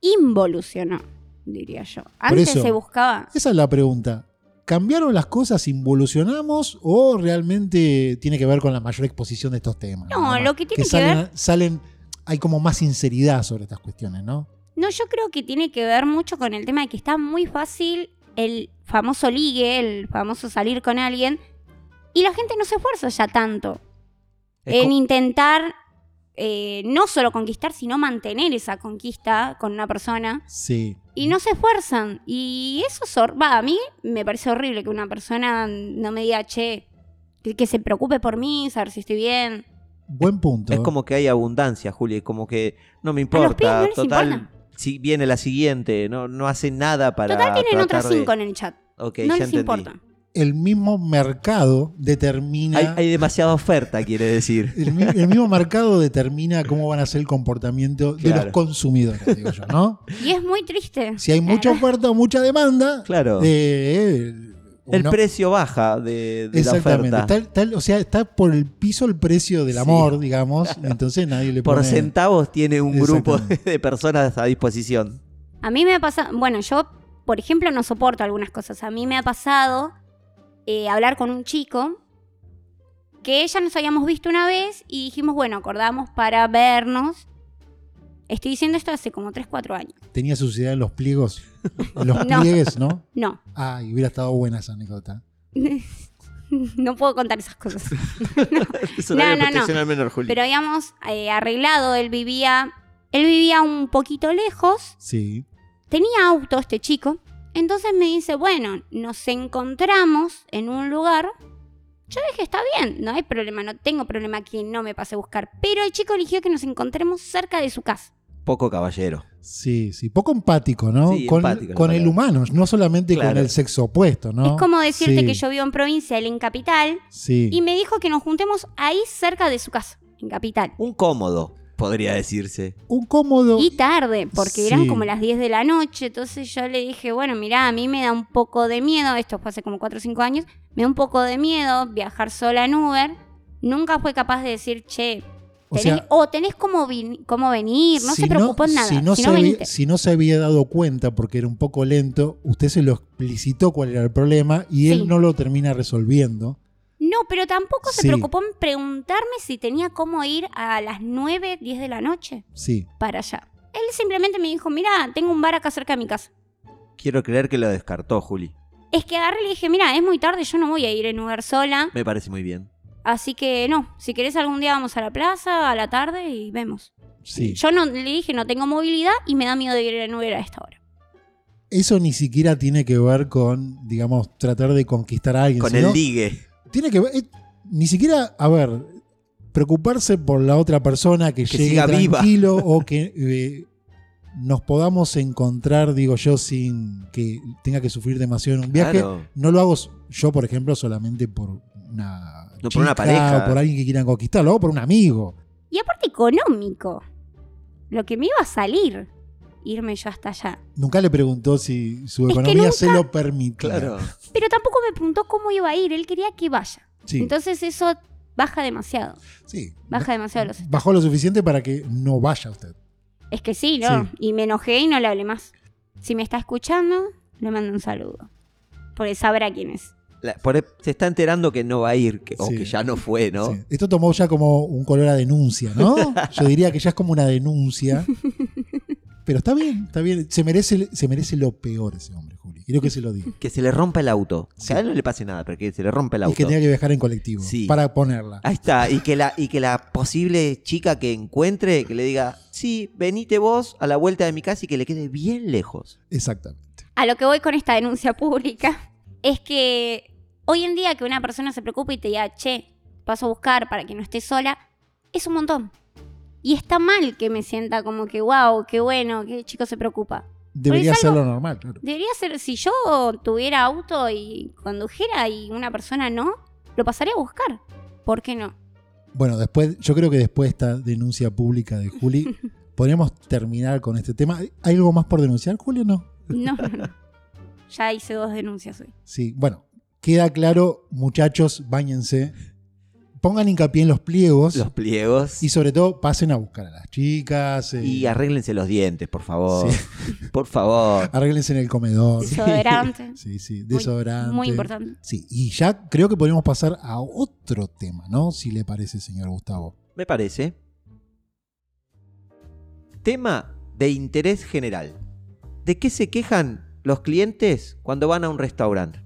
C: Involucionó, diría yo. Antes
A: eso-
C: se buscaba.
A: Esa es la pregunta. ¿Cambiaron las cosas, involucionamos o realmente tiene que ver con la mayor exposición de estos temas?
C: No,
A: Nada más.
C: lo que tiene que
A: salen, salen- hay como más sinceridad sobre estas cuestiones, ¿no?
C: No, yo creo que tiene que ver mucho con el tema de que está muy fácil el famoso ligue, el famoso salir con alguien. Y la gente no se esfuerza ya tanto
B: Es
C: en
B: co-
C: intentar eh, no solo conquistar, sino mantener esa conquista con una persona.
A: Sí.
C: Y no se esfuerzan. Y eso es hor- va, a mí me parece horrible que una persona no me diga, che, que, que se preocupe por mí, saber si estoy bien.
A: Buen punto.
B: Es como que hay abundancia, Juli. Es como que no me
C: pibes
B: importa.
C: no les
B: total,
C: importa.
B: si viene la siguiente, no, no hace nada para.
C: Total, tienen
B: tratar
C: otras
B: de-
C: cinco en el chat.
B: Ok,
C: no
B: ya
C: les
B: entendí.
C: importa.
A: El mismo mercado determina.
B: Hay, hay demasiada oferta, quiere (laughs) decir.
A: El, mi- el mismo mercado determina cómo van a ser el comportamiento de
B: Claro.
A: los consumidores, digo yo, ¿no?
C: Y es muy triste.
A: Si hay mucha oferta o mucha demanda,
B: Claro.
A: eh,
B: el
A: uno-
B: precio baja de, de la
A: Exactamente.
B: oferta.
A: Tal- tal- o sea, está por el piso el precio del
B: Sí.
A: amor, digamos. Entonces nadie le
B: (laughs) Por
A: pone.
B: centavos tiene un grupo (laughs) de,
A: Exactamente.
B: personas a disposición.
C: A mí me ha pasado, bueno, yo, por ejemplo, no soporto algunas cosas. A mí me ha pasado eh, hablar con un chico que ya nos habíamos visto una vez y dijimos, bueno, acordamos para vernos. Estoy diciendo esto hace como 3, 4 años.
A: Tenía suciedad en los pliegos. En los
C: (laughs) No.
A: pliegues, ¿no?
C: No, (laughs)
A: Ay, hubiera estado buena esa anécdota.
C: no puedo contar esas cosas.
B: Es
C: No,
B: horario de
C: no, no.
B: protección al menor, Juli.
C: Pero habíamos eh, arreglado, él vivía, él vivía un poquito lejos
A: Sí.
C: Tenía auto este chico. Entonces me dice, bueno, nos encontramos en un lugar. Yo dije, está bien, no hay problema, no tengo problema que no me pase a buscar. Pero el chico eligió que nos encontremos cerca de su casa.
B: Poco caballero.
A: Sí, sí. Poco empático, ¿no?
B: Sí,
A: con
B: empático, la
A: con el
B: palabra.
A: humano, no solamente con
B: Claro.
A: el sexo opuesto, ¿no?
C: Es como decirte
A: Ah, Sí,
C: que yo vivo en provincia, él en capital,
A: Sí.
C: y me dijo que nos juntemos ahí cerca de su casa, en capital.
B: Un cómodo, podría decirse.
A: Un cómodo.
C: Y tarde, porque eran
A: Sí.
C: como las 10 de la noche. Entonces yo le dije, bueno, mirá, a mí me da un poco de miedo, esto fue hace como 4 o 5 años, me da un poco de miedo viajar sola en Uber. Nunca fue capaz de decir, che,
A: O
C: tenés-
A: sea-
C: o tenés cómo, vin- cómo venir, no
A: si
C: se preocupó en nada.
A: Si no, se había,
C: venite.
A: si no se había dado cuenta porque era un poco lento, usted se lo explicitó cuál era el problema y
C: Sí.
A: él no lo termina resolviendo.
C: No, pero tampoco se
A: Sí.
C: preocupó en preguntarme si tenía cómo ir a las 9, 10 de la noche
A: Sí.
C: para allá. Él simplemente me dijo, mirá, tengo un bar acá cerca de mi casa.
B: Quiero creer que lo descartó, Juli.
C: Es que agarré y le dije, mira, es muy tarde, yo no voy a ir en Uber sola.
B: Me parece muy bien.
C: Así que no, si querés algún día vamos a la plaza, a la tarde y vemos.
A: Sí.
C: Yo no le dije no tengo movilidad y me da miedo de ir en Uber a esta hora.
A: Eso ni siquiera tiene que ver con, digamos, tratar de conquistar a alguien.
B: Con
A: sino
B: el digue.
A: Tiene que ver. eh, ni siquiera, a ver, preocuparse por la otra persona que,
B: Que
A: llegue
B: siga viva.
A: tranquilo
B: (laughs)
A: o que eh, nos podamos encontrar, digo yo, sin que tenga que sufrir demasiado en un viaje.
B: Claro.
A: No lo hago s- yo, por ejemplo, solamente por una.
B: No, por una
A: chica
B: pareja.
A: O por alguien que quieran conquistar, lo hago por un amigo.
C: Y aparte económico. Lo que me iba a salir, irme yo hasta allá.
A: Nunca le preguntó si su
C: Es que
A: economía
C: nunca-
A: se lo permitía.
B: Claro.
C: Pero tampoco me preguntó cómo iba a ir, él quería que vaya.
A: Sí,
C: Entonces eso baja demasiado,
A: sí.
C: baja demasiado los...
A: Bajó lo suficiente para que no vaya usted.
C: Es que sí, ¿no?
A: Sí.
C: Y me enojé y no le hablé más. Si me está escuchando, le mando un saludo. Porque sabrá quién es.
B: La- por- e, se está enterando que no va a ir, que- o
A: Sí.
B: que ya no fue, ¿no?
A: Sí. Esto tomó ya como un color a denuncia, ¿no? Yo diría que ya es como una denuncia. Pero está bien, está bien. Se merece, se merece lo peor ese hombre, Juli. Quiero que se lo diga.
B: Que se le rompa el auto.
A: Sí.
B: Que a él no le pase nada, pero que se le rompa el
A: Y
B: auto.
A: que tenía que viajar en colectivo
B: Sí. Ah.
A: para ponerla.
B: Ahí está, y que, la, y que la posible chica que encuentre, que le diga, sí, venite vos a la vuelta de mi casa y que le quede bien lejos.
A: Exactamente.
C: A lo que voy con esta denuncia pública (laughs) es que hoy en día que una persona se preocupa y te diga, che, paso a buscar para que no esté sola, es un montón. Y está mal que me sienta como que, wow, qué bueno, que el chico se preocupa.
A: Debería
C: es
A: ser
C: algo-
A: lo normal, claro.
C: Debería ser, si yo tuviera auto y condujera y una persona no, lo pasaría a buscar. ¿Por qué no?
A: Bueno, después, yo creo que después de esta denuncia pública de Juli, podríamos terminar con este tema. ¿Hay algo más por denunciar, Juli, o no?
C: No, no, no. Ya hice dos denuncias hoy.
A: Sí, bueno, queda claro, muchachos, báñense. Pongan hincapié en los pliegos.
B: Los pliegos.
A: Y
B: Y,
A: sobre todo, pasen a buscar a las chicas. eh,
B: arréglense los dientes, por favor.
A: Sí.
B: Por favor.
A: Arréglense en el comedor.
C: Desodorante.
A: Sí, sí,
C: Muy-
A: desodorante.
C: Muy importante.
A: Sí, y ya creo que podríamos pasar a otro tema, ¿no? Si le parece, señor Gustavo.
B: Me parece. Tema de interés general. ¿De qué se quejan los clientes cuando van a un restaurante?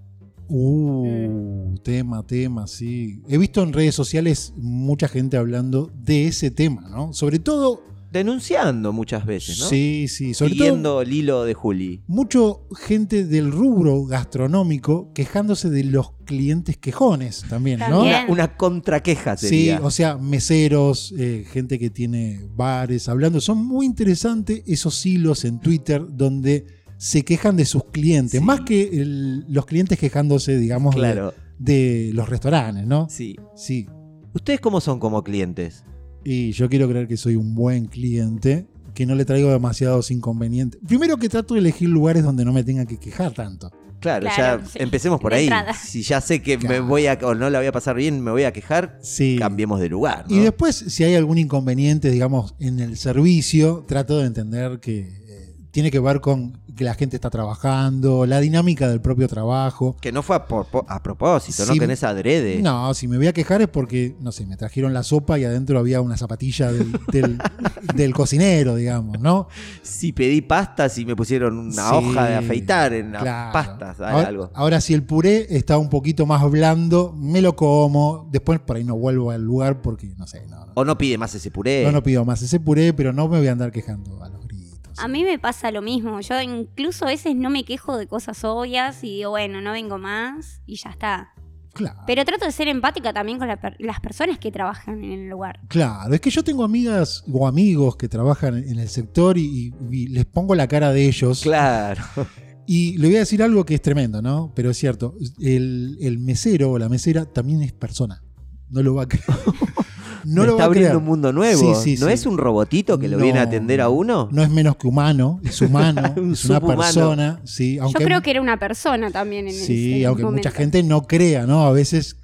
C: Mm.
A: Uh, tema, tema, sí. He visto en redes sociales mucha gente hablando de ese tema, ¿no? Sobre todo.
B: Denunciando muchas veces, ¿no?
A: Sí, sí. Sobre
B: Siguiendo
A: todo.
B: el hilo de Juli.
A: Mucho gente del rubro gastronómico quejándose de los clientes quejones también, ¿no?
C: También.
B: Una, una contraqueja sería.
A: Sí, o sea, meseros, eh, gente que tiene bares hablando. Son muy interesantes esos hilos en Twitter donde se quejan de sus clientes,
B: Sí.
A: más que el- los clientes quejándose, digamos, de-
B: claro.
A: de, los restaurantes, ¿no?
B: Sí.
A: Sí.
B: ¿Ustedes cómo son como clientes?
A: Y yo quiero creer que soy un buen cliente, que no le traigo demasiados inconvenientes. Primero que trato de elegir lugares donde no me tenga que quejar tanto.
B: Claro,
C: Claro,
B: ya
C: sí.
B: empecemos por
C: De
B: ahí.
C: entrada.
B: Si ya sé que me
A: Claro.
B: voy a o no la voy a pasar bien, me voy a quejar,
A: Sí.
B: cambiemos de lugar. ¿no?
A: Y después, si hay algún inconveniente, digamos, en el servicio, trato de entender que eh, tiene que ver con que la gente está trabajando, la dinámica del propio trabajo.
B: Que no fue a, por- po- a propósito,
A: Sí.
B: no que en esa adrede.
A: No, si me voy a quejar es porque, no sé, me trajeron la sopa y adentro había una zapatilla del, del- del cocinero, digamos, ¿no?
B: Si pedí pastas y me pusieron una
A: Sí,
B: hoja de afeitar en las
A: claro.
B: pastas, a-
A: Ahora,
B: algo.
A: ahora, si el puré está un poquito más blando, me lo como. Después por ahí no vuelvo al lugar porque, no sé, no, no,
B: O no pide más ese puré.
A: no, no pido más ese puré, pero no me voy a andar quejando a los gritos.
C: A mí me pasa lo mismo. Yo incluso a veces no me quejo de cosas obvias y digo, bueno, no vengo más y ya está.
A: Claro.
C: Pero trato de ser empática también con la per- las personas que trabajan en el lugar.
A: Claro, es que yo tengo amigas o amigos que trabajan en el sector y, y les pongo la cara de ellos.
B: Claro.
A: Y le voy a decir algo que es tremendo, ¿no? Pero es cierto, el, el mesero o la mesera también es persona. No lo va a
B: (laughs)
A: creer. No
B: Me
A: lo
B: está
A: va a
B: abriendo
A: creer.
B: un mundo nuevo.
A: Sí, sí,
B: ¿No
A: sí.
B: es un robotito que lo
A: No.
B: viene a atender a uno?
A: No es menos que humano, es humano,
B: (laughs) Un
A: es una
B: subhumano.
A: persona. Sí, aunque,
C: Yo creo que era una persona también en
A: sí,
C: ese
A: aunque
C: momento.
A: mucha gente no crea, ¿no? A veces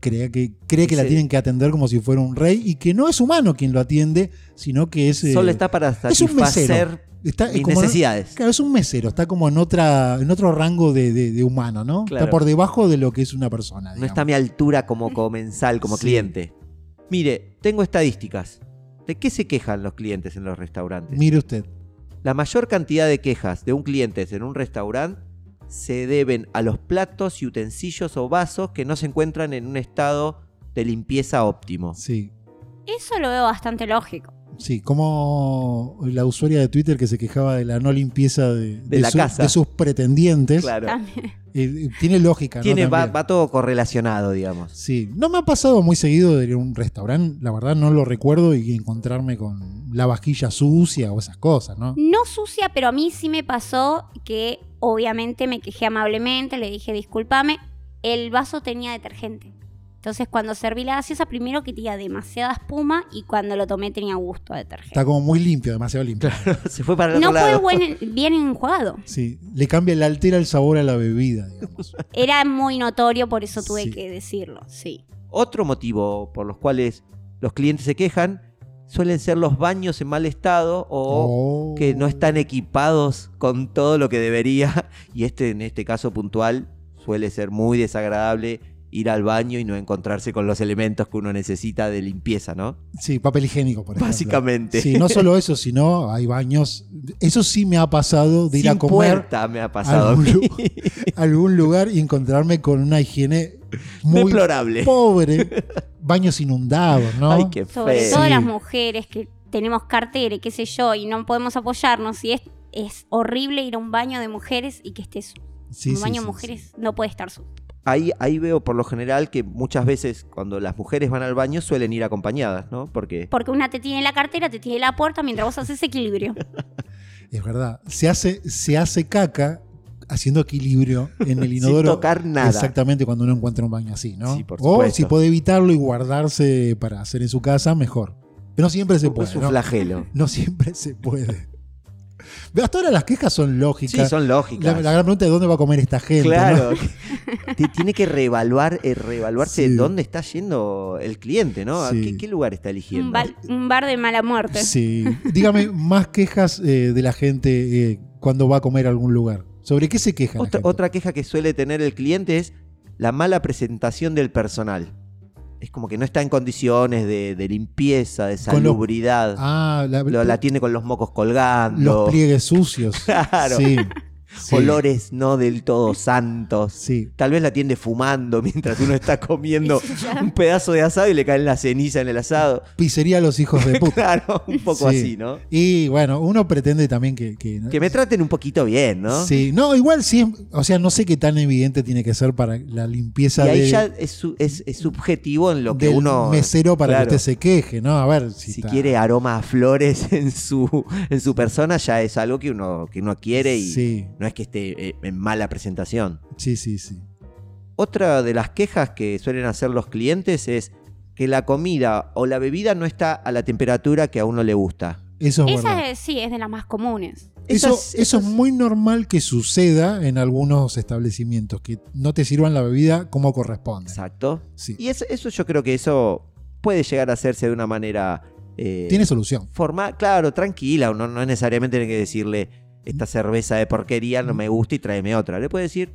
A: cree que, cree que la
B: Sí.
A: tienen que atender como si fuera un rey y que no es humano quien lo atiende, sino que es... eh,
B: Solo está para
A: es un mesero.
B: satisfacer
A: está-
B: mis
A: como-
B: necesidades.
A: Claro, es un mesero, está como en otra, en otro rango de, de- de humano, ¿no?
B: Claro.
A: Está por debajo de lo que es una persona.
B: No está a
A: digamos.
B: mi altura como comensal, como
A: Sí.
B: cliente. Mire, tengo estadísticas. ¿De qué se quejan los clientes en los restaurantes?
A: Mire usted.
B: La mayor cantidad de quejas de un cliente en un restaurante se deben a los platos y utensilios o vasos que no se encuentran en un estado de limpieza óptimo.
A: Sí.
C: Eso lo veo bastante lógico.
A: Sí, como la usuaria de Twitter que se quejaba de la no limpieza de, de
B: la casa.
A: de sus pretendientes.
B: Claro.
C: También.
A: Eh, eh, tiene lógica,
B: Tiene,
A: ¿no?
B: va,
A: También.
B: va todo correlacionado, digamos.
A: Sí, no me ha pasado muy seguido de ir a un restaurante, la verdad no lo recuerdo, y encontrarme con la vajilla sucia o esas cosas, ¿no?
C: No sucia, pero a mí sí me pasó que obviamente me quejé amablemente, le dije discúlpame, el vaso tenía detergente. Entonces cuando serví la gaseosa, primero que tenía demasiada espuma y cuando lo tomé tenía gusto a detergente.
A: Está como muy limpio, demasiado limpio.
B: (laughs) Se fue para el
C: No
B: otro
C: fue
B: lado.
C: buen- bien enjuagado.
A: Sí, le cambia, le altera el sabor a la bebida, digamos.
C: Era muy notorio, por eso tuve
A: Sí.
C: que decirlo, sí.
B: Otro motivo por los cuales los clientes se quejan suelen ser los baños en mal estado o
A: Oh.
B: que no están equipados con todo lo que debería. (laughs) Y este, en este caso puntual, suele ser muy desagradable ir al baño y no encontrarse con los elementos que uno necesita de
A: (laughs)
B: limpieza, ¿no?
A: Sí, papel higiénico, por ejemplo.
B: Básicamente.
A: Sí, no solo eso, sino hay baños. Eso sí me ha pasado de ir a
B: Sin
A: comer
B: puerta me ha pasado. a (laughs)
A: algún
B: mí.
A: lu- (laughs) a algún lugar y encontrarme con una higiene muy
B: Deplorable.
A: pobre. Baños inundados, ¿no?
B: Ay, qué
C: Sobre
B: feo.
C: todo
A: Sí.
C: las mujeres que tenemos cartera, y qué sé yo, y no podemos apoyarnos. Y es, es horrible ir a un baño de mujeres y que estés
A: Sí,
C: un
A: sí,
C: baño
A: sí,
C: de mujeres no puede estar sucio.
B: Ahí, ahí veo por lo general que muchas veces cuando las mujeres van al baño suelen ir acompañadas, ¿no? Porque
C: Porque una te tiene la cartera, te tiene la puerta mientras vos haces
A: (laughs)
C: equilibrio.
A: sí. Es verdad. Se hace, se hace caca haciendo equilibrio en el
B: (laughs) sin
A: inodoro.
B: tocar nada.
A: Exactamente cuando uno encuentra un baño así, ¿no?
B: Sí, por
A: O
B: supuesto.
A: si puede evitarlo y guardarse para hacer en su casa, mejor. Pero no siempre se puede.
B: es un
A: ¿no? (laughs)
B: flagelo.
A: No siempre se puede. Pero hasta ahora las quejas son
B: Sí,
A: lógicas.
B: son
A: la,
B: lógicas.
A: la gran pregunta es dónde va a comer esta gente. ¿no?
B: claro. (laughs) Te- Tiene que reevaluar, eh, reevaluarse
A: Sí.
B: dónde está yendo el cliente, ¿no? ¿A
A: Sí.
B: qué, qué lugar está eligiendo?
C: un, bar, un bar de mala muerte.
A: Sí. Dígame más quejas eh, de la gente eh, cuando va a comer a algún lugar. ¿Sobre qué se quejan?
B: Otra, otra queja que suele tener el cliente es la mala presentación del personal. Es como que no está en condiciones de, de limpieza, de
A: Con los-
B: salubridad.
A: Ah, la-
B: Lo- la tiene con los mocos colgando.
A: los pliegues sucios.
B: Claro. (laughs)
A: Sí. Sí.
B: Olores no del todo santos.
A: Sí.
B: Tal vez la tiende fumando (laughs) mientras uno está
C: (laughs)
B: comiendo
C: Eso ya-
B: un pedazo de asado y le caen la ceniza en el asado.
A: Pizzería a los hijos de puta.
B: (laughs) Claro, un poco
A: Sí.
B: así, ¿no?
A: Y bueno, uno pretende también que. que-
B: Que me traten un poquito bien, ¿no?
A: Sí, no, igual sí, es- o sea, no sé qué tan evidente tiene que ser para la
B: Y
A: limpieza
B: ahí
A: de,
B: ya es, su- es- es subjetivo en lo que
A: del
B: uno.
A: mesero para
B: Claro.
A: que usted se queje, ¿no? A ver si,
B: Si
A: está-
B: quiere aroma a flores (laughs) en su, en su persona, ya es algo que uno, que uno quiere y
A: Sí,
B: no es que esté eh, en mala presentación.
A: sí, sí, sí.
B: Otra de las quejas que suelen hacer los clientes es que la comida o la bebida no está a la temperatura que a uno le gusta.
A: Eso es verdad.
C: Esa es- sí, es de las más comunes.
A: Eso,
B: Esas-
A: eso es
B: esas-
A: muy normal que suceda en algunos establecimientos, que no te sirvan la bebida como corresponde.
B: Exacto.
A: Sí.
B: Y eso, eso yo creo que eso puede llegar a hacerse de una manera... eh,
A: Tiene solución.
B: formal, claro, tranquila. Uno no necesariamente tiene que decirle esta cerveza de porquería no me gusta y tráeme otra. Le puede decir,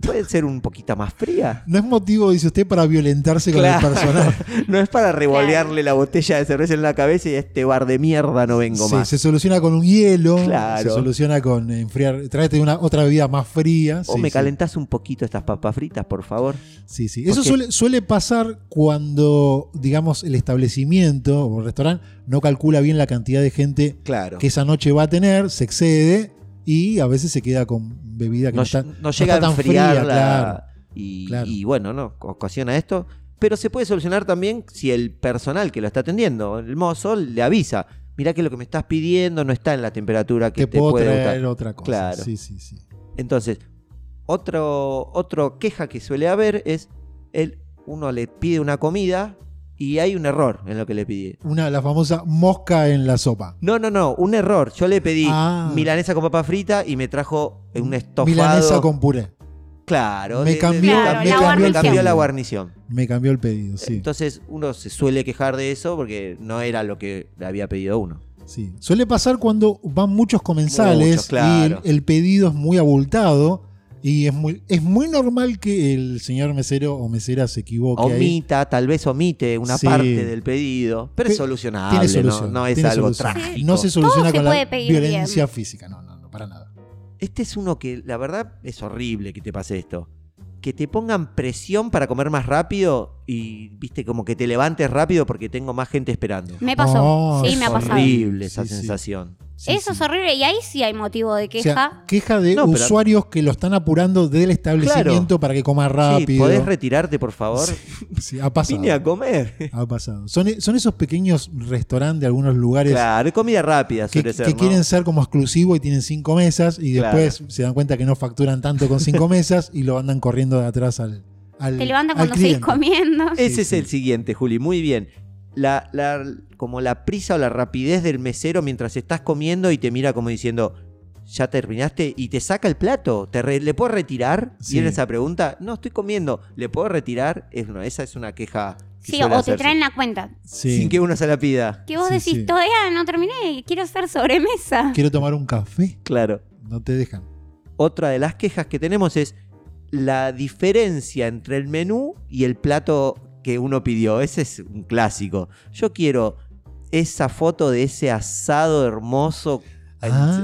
B: puede ser un poquito más
A: (laughs)
B: fría.
A: No es motivo, dice usted, para violentarse
B: Claro.
A: con el
B: (laughs)
A: personal.
B: No es para revolearle la botella de cerveza en la cabeza y a este bar de mierda no vengo
A: Sí,
B: más.
A: se soluciona con un hielo,
B: Claro.
A: se soluciona con enfriar, tráete una otra bebida más fría.
B: O
A: sí,
B: me
A: sí.
B: calentás un poquito estas papas fritas, por favor.
A: Sí, sí.
B: ¿Por
A: Eso
B: qué?
A: suele, suele pasar cuando, digamos, el establecimiento o el restaurante no calcula bien la cantidad de gente
B: Claro.
A: que esa noche va a tener, se excede y a veces se queda con bebida que no,
B: no,
A: está,
B: ll- no llega
A: está
B: a
A: tan fría,
B: enfriarla.
A: claro.
B: y,
A: Claro.
B: y bueno, no, ocasiona esto. Pero se puede solucionar también si el personal que lo está atendiendo, el mozo, le avisa. Mirá que lo que me estás pidiendo no está en la temperatura que
A: te
B: te,
A: puedo
B: puede
A: traer
B: gustar.
A: otra cosa.
B: Claro.
A: Sí, sí, sí.
B: Entonces, otro, otro queja que suele haber es el, uno le pide una comida y hay un error en lo que le pide.
A: Una, la famosa mosca en la sopa.
B: No, no, no, un error. Yo le pedí
A: Ah.
B: milanesa con papa frita y me trajo un estofado.
A: Milanesa con puré.
B: Claro,
A: Me
B: le- le-
A: cambió-
B: le
C: Claro, la
B: cambió- le
C: guarnición.
B: cambió la guarnición.
A: Me cambió el pedido, sí.
B: Entonces uno se suele quejar de eso porque no era lo que le había pedido uno.
A: sí. Suele pasar cuando van muchos comensales
B: Muchos, claro.
A: y el, el pedido es muy abultado y es muy, es muy normal que el señor mesero o mesera se equivoque. ahí.
B: Omita, tal vez omite una
A: Sí.
B: parte del pedido, pero es
A: Pe-
B: solucionable,
A: Tiene
B: ¿no?
A: solución.
B: no es
A: tiene
B: algo
A: solución.
B: trágico.
A: No se soluciona
C: se
A: con la
C: puede pedir
A: violencia física, no, no, no, para nada.
B: Este es uno que la verdad es horrible que te pase esto. que te pongan presión para comer más rápido y, viste, como que te levantes rápido porque tengo más gente esperando.
C: Me pasó.
A: Oh,
C: sí, me ha
B: es
C: pasado.
B: horrible esa
A: Sí, sí.
B: sensación.
A: Sí, sí.
C: Eso es horrible y ahí sí hay motivo de
A: O
C: queja.
A: sea, queja de
B: No, pero-
A: usuarios que lo están apurando del establecimiento para que coma
B: Sí,
A: rápido.
B: ¿podés retirarte, por favor?
A: Sí, ha pasado.
B: Vine a comer.
A: Ha pasado. Son, e- son esos pequeños restaurantes de algunos lugares
B: Claro, es comida rápida
A: que,
B: suele ser,
A: que
B: ¿no?
A: quieren ser como exclusivo y tienen cinco mesas y
B: Claro.
A: después se dan cuenta que no facturan tanto con
B: (laughs)
A: cinco mesas y lo andan corriendo de atrás al, al
C: Te levantas
A: al
C: cuando seguís
A: cliente.
C: comiendo.
B: Ese
A: Sí,
B: es
A: sí.
B: el siguiente, Juli, muy bien. La, la- como la prisa o la rapidez del mesero mientras estás comiendo y te mira como diciendo, ya terminaste y te saca el plato. ¿Te re- ¿Le puedo retirar?
A: Sí.
B: Viene esa pregunta. No, estoy comiendo. ¿Le puedo retirar? Es una, esa es una queja. que
C: Sí,
B: suele
C: o te
B: hacerse.
C: traen la cuenta.
A: Sí.
B: Sin que uno se la pida.
C: Que vos
A: Sí,
C: decís,
A: sí.
C: todavía no terminé, quiero hacer sobremesa.
A: Quiero tomar un café.
B: Claro.
A: No te dejan.
B: Otra de las quejas que tenemos es la diferencia entre el menú y el plato que uno pidió. Ese es un clásico. Yo quiero esa foto de ese asado hermoso.
A: Ah,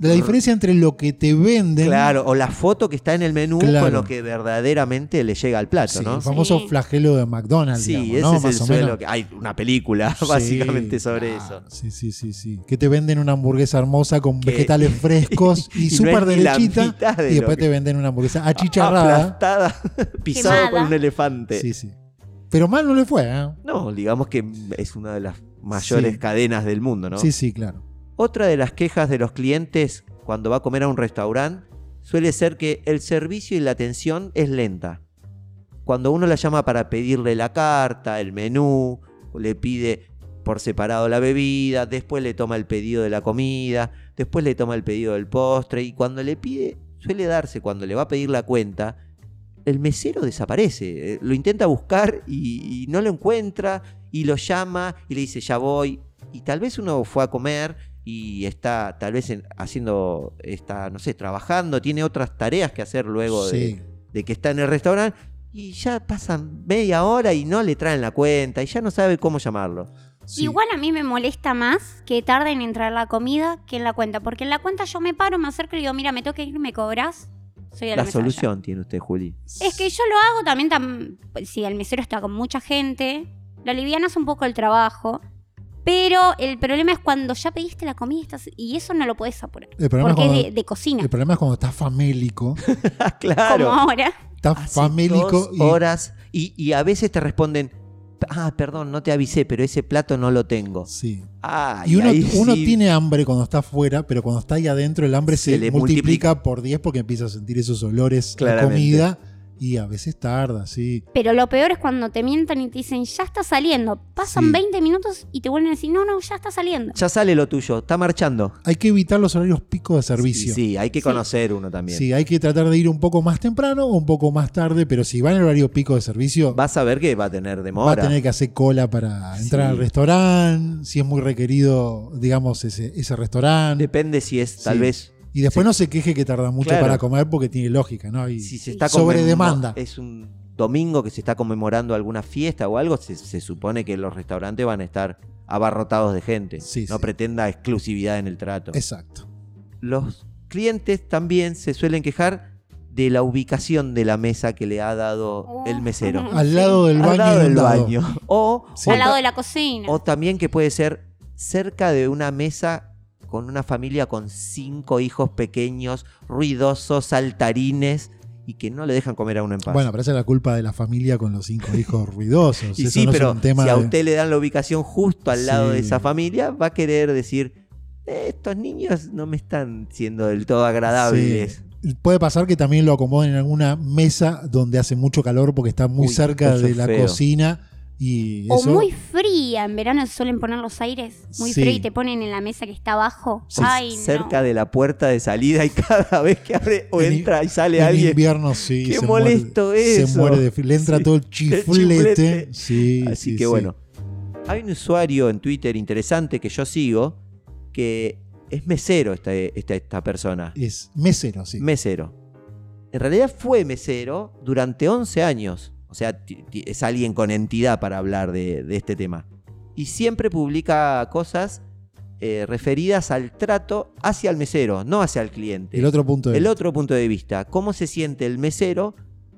A: la diferencia entre lo que te venden.
B: eh, Claro, o la foto que está en el menú
A: Claro.
B: con lo que verdaderamente le llega al plato,
A: sí,
B: ¿no?
A: el famoso
C: Sí.
A: flagelo de McDonald's.
B: Sí,
A: digamos,
B: ese
A: ¿no?
B: es
A: Más
B: el
A: o
B: suelo
A: menos.
B: que hay una película
A: Sí,
B: (laughs) básicamente sobre
A: claro.
B: eso.
A: Sí, sí, sí, sí. Que te venden una hamburguesa hermosa con
B: Que-
A: vegetales
B: (laughs)
A: frescos y,
B: y no
A: súper
B: es ni la
A: derechita.
B: mitad de
A: y
B: lo
A: después
B: que- Ah,
A: te venden una hamburguesa achicharrada.
B: Aplastada, pisado por
C: Quemada.
B: un elefante.
A: Sí, sí. Pero mal no le fue, ¿eh?
B: No, digamos que es una de las mayores
A: Sí.
B: cadenas del mundo, ¿no?
A: Sí, sí, claro.
B: Otra de las quejas de los clientes cuando va a comer a un restaurante suele ser que el servicio y la atención es lenta. Cuando uno la llama para pedirle la carta, el menú, le pide por separado la bebida, después le toma el pedido de la comida, después le toma el pedido del postre y cuando le pide, suele darse cuando le va a pedir la cuenta, el mesero desaparece, eh, lo intenta buscar y, y no lo encuentra y lo llama y le dice ya voy y tal vez uno fue a comer y está tal vez en- haciendo, está, no sé, trabajando, tiene otras tareas que hacer luego de,
A: Sí.
B: de que está en el restaurante y ya pasan media hora y no le traen la cuenta y ya no sabe cómo llamarlo.
A: sí.
C: Igual a mí me molesta más que tarden en traer la comida que en la cuenta. Porque en la cuenta yo me paro, me acerco y digo, mira, me toca ir, me cobras. Soy de la,
B: La
C: mesa de allá.
B: solución tiene usted, Juli. (laughs)
C: Es que yo lo hago también, tam- si el mesero está con mucha gente, lo alivianas un poco el trabajo. Pero el problema es cuando ya pediste la comida y estás- y eso no lo podés apurar.
A: El problema, es
C: Porque
A: cuando,
C: es de, de
A: (laughs)
C: cocina,
A: el problema es cuando estás famélico.
B: Ah, claro.
C: como ahora.
B: (laughs)
A: Estás
B: Así
A: Ah, famélico
B: dos
A: y.
B: horas y, y a veces te responden, ah, perdón, no te avisé, pero ese plato no lo tengo.
A: Sí.
B: Ah,
A: y uno,
B: ahí
A: uno
B: sí.
A: tiene hambre cuando está afuera, pero cuando está ahí adentro el hambre se,
B: Se le
A: multiplica, por 10 porque empieza a sentir esos olores de
B: Claramente.
A: comida y a veces tarda, sí.
C: Pero lo peor es cuando te mientan y te dicen, ya está saliendo. Pasan
A: Sí.
C: 20 minutos y te vuelven a decir, no, no, ya está saliendo.
B: Ya sale lo tuyo, está marchando.
A: Hay que evitar los horarios picos de servicio.
B: Sí, sí, hay que
C: Sí.
B: conocer uno también.
A: Sí, hay que tratar de ir un poco más temprano o un poco más tarde, pero si va en el horario pico de servicio, va,
B: Vas a ver que va a tener demora.
A: a tener que hacer cola para entrar
B: Sí.
A: al restaurante, si es muy requerido, digamos, ese, ese restaurante.
B: Depende si es, tal
A: Sí.
B: vez,
A: Y después no se queje que tarda mucho
B: Claro.
A: para comer porque tiene lógica, ¿no? Y
B: si se está
A: sobre
B: conmemo-
A: demanda.
B: Es un domingo que se está conmemorando alguna fiesta o algo, se, se supone que los restaurantes van a estar abarrotados de gente.
A: Sí,
B: no
A: sí.
B: pretenda exclusividad en el trato.
A: Exacto.
B: los clientes también se suelen quejar de la ubicación de la mesa que le ha dado el mesero.
C: Oh.
A: Al lado del
B: Al
A: baño.
B: lado del
A: inundado.
B: baño. O,
A: Sí.
B: o
C: Al lado
B: ta-
C: de la cocina.
B: o también que puede ser cerca de una mesa con una familia con cinco hijos pequeños, ruidosos, saltarines y que no le dejan comer a uno en paz.
A: Bueno, pero esa es la culpa de la familia con los cinco hijos ruidosos.
B: (laughs) y
A: Eso
B: sí,
A: no es
B: pero
A: un tema
B: si a
A: de-
B: usted le dan la ubicación justo al lado de
A: Sí.
B: esa familia, va a querer decir, "Eh, estos niños no me están siendo del todo agradables.
A: Sí. Puede pasar que también lo acomoden en alguna mesa donde hace mucho calor porque está muy
B: Uy,
A: cerca
B: eso
A: de
B: es
A: la
B: feo.
A: cocina y
C: O
A: eso.
C: muy fría, en verano suelen poner los aires muy
A: Sí.
C: fría y te ponen en la mesa que está abajo.
A: Sí,
C: Ay, no.
B: cerca de la puerta de salida y (laughs) cada vez que abre o
A: En i-
B: entra y sale
A: en
B: alguien.
A: invierno sí.
B: Qué
A: se
B: molesto
A: muere, Se
B: eso.
A: muere de frío. Le entra
B: Sí, (laughs)
A: todo el
B: chiflete.
A: chiflete. Sí,
B: Así
A: sí,
B: que
A: sí.
B: bueno. Hay un usuario en Twitter interesante que yo sigo que es mesero esta, esta, esta persona.
A: Es mesero, sí.
B: Mesero. En realidad fue mesero durante 11 años. O sea, ti- ti- es alguien con entidad para hablar de, de este tema. Y siempre publica cosas eh, referidas al trato hacia el mesero, no hacia el cliente.
A: el otro punto de
B: El otro punto de vista, cómo se siente el mesero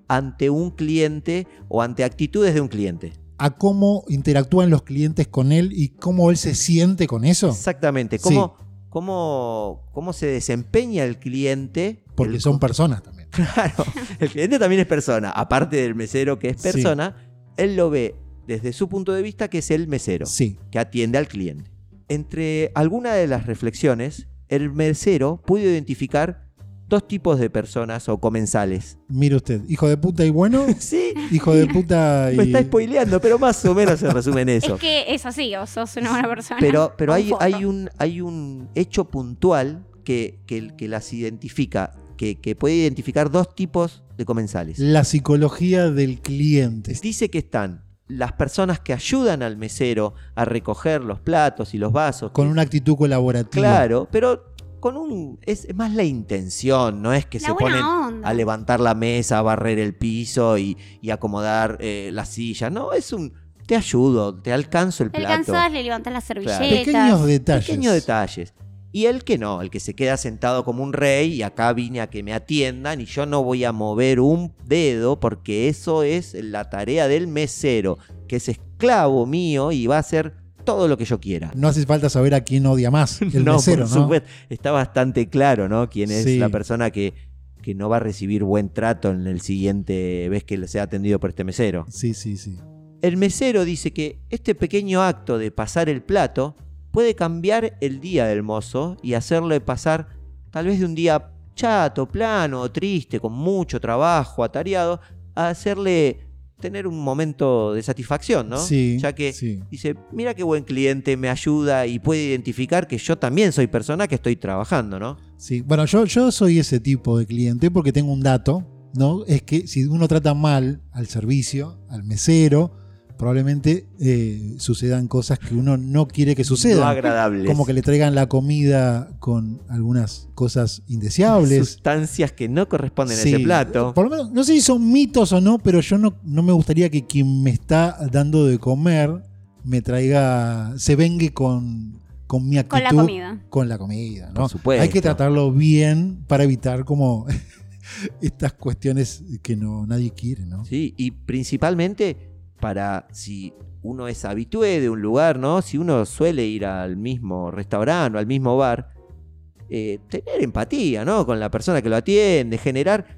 B: ante un cliente o ante actitudes de un cliente.
A: a cómo interactúan los clientes con él y cómo él se siente con eso.
B: Exactamente. ¿Cómo, cómo, cómo se desempeña el cliente?
A: Porque
B: El- (laughs)
A: son personas también.
B: Claro, el cliente también es persona, aparte del mesero que es
A: Sí.
B: persona, él lo ve desde su punto de vista que es el mesero,
A: Sí,
B: que atiende al cliente. Entre algunas de las reflexiones, el mesero pudo identificar dos tipos de personas o comensales.
A: mire usted, hijo de puta y bueno,
B: Sí,
A: hijo de puta y...
B: (laughs) me está spoileando, pero más o menos se resume en eso.
C: Es que es así, o sos una buena persona.
B: Pero, pero
C: Con
B: hay,
C: foto.
B: hay, un, hay un hecho puntual que, que, que las identifica, que, que puede identificar dos tipos de comensales.
A: La psicología del cliente.
B: Dice que están las personas que ayudan al mesero a recoger los platos y los vasos.
A: Con
B: que-
A: una actitud colaborativa.
B: Claro, pero con un. Es es más la intención, no es que
C: La
B: se
C: buena
B: ponen
C: onda.
B: a levantar la mesa, a barrer el piso y, y acomodar eh, la silla. No, es un. Te ayudo, te alcanzo el
C: Te
B: plato.
C: alcanzás, le levantás las servilletas.
A: Pequeños detalles.
B: Pequeños detalles. Y el que no, el que se queda sentado como un rey y acá vine a que me atiendan y yo no voy a mover un dedo porque eso es la tarea del mesero, que es esclavo mío y va a hacer todo lo que yo quiera.
A: No hace falta saber a quién odia
B: (laughs)
A: más. El
B: no,
A: mesero,
B: por
A: ¿no?
B: supuesto, está bastante claro, ¿no? Quién es
A: Sí.
B: la persona que, que no va a recibir buen trato en el siguiente vez que sea atendido por este mesero.
A: Sí, sí, sí.
B: El mesero dice que este pequeño acto de pasar el plato puede cambiar el día del mozo y hacerle pasar tal vez de un día chato, plano, o triste, con mucho trabajo, atareado, a hacerle tener un momento de satisfacción, ¿no?
A: Sí,
B: ya que
A: sí.
B: dice, mira qué buen cliente me ayuda y puede identificar que yo también soy persona que estoy trabajando, ¿no?
A: Sí, bueno, yo, yo soy ese tipo de cliente porque tengo un dato, ¿no? Es que si uno trata mal al servicio, al mesero, probablemente eh, sucedan cosas que uno no quiere que
B: No
A: sucedan.
B: agradables.
A: como que le traigan la comida con algunas cosas indeseables.
B: Sustancias que no corresponden
A: Sí,
B: a ese plato.
A: Por lo menos, no sé si son mitos o no, pero yo no, no me gustaría que quien me está dando de comer me traiga, se vengue con, con mi actitud.
C: Con la comida.
A: con la comida, ¿no?
B: Por supuesto.
A: Hay que tratarlo bien para evitar como (laughs) estas cuestiones que no nadie quiere, ¿no?
B: Sí, y principalmente para si uno es habitué de un lugar, ¿no? Si uno suele ir al mismo restaurante o al mismo bar, eh, tener empatía, ¿no? Con la persona que lo atiende, generar,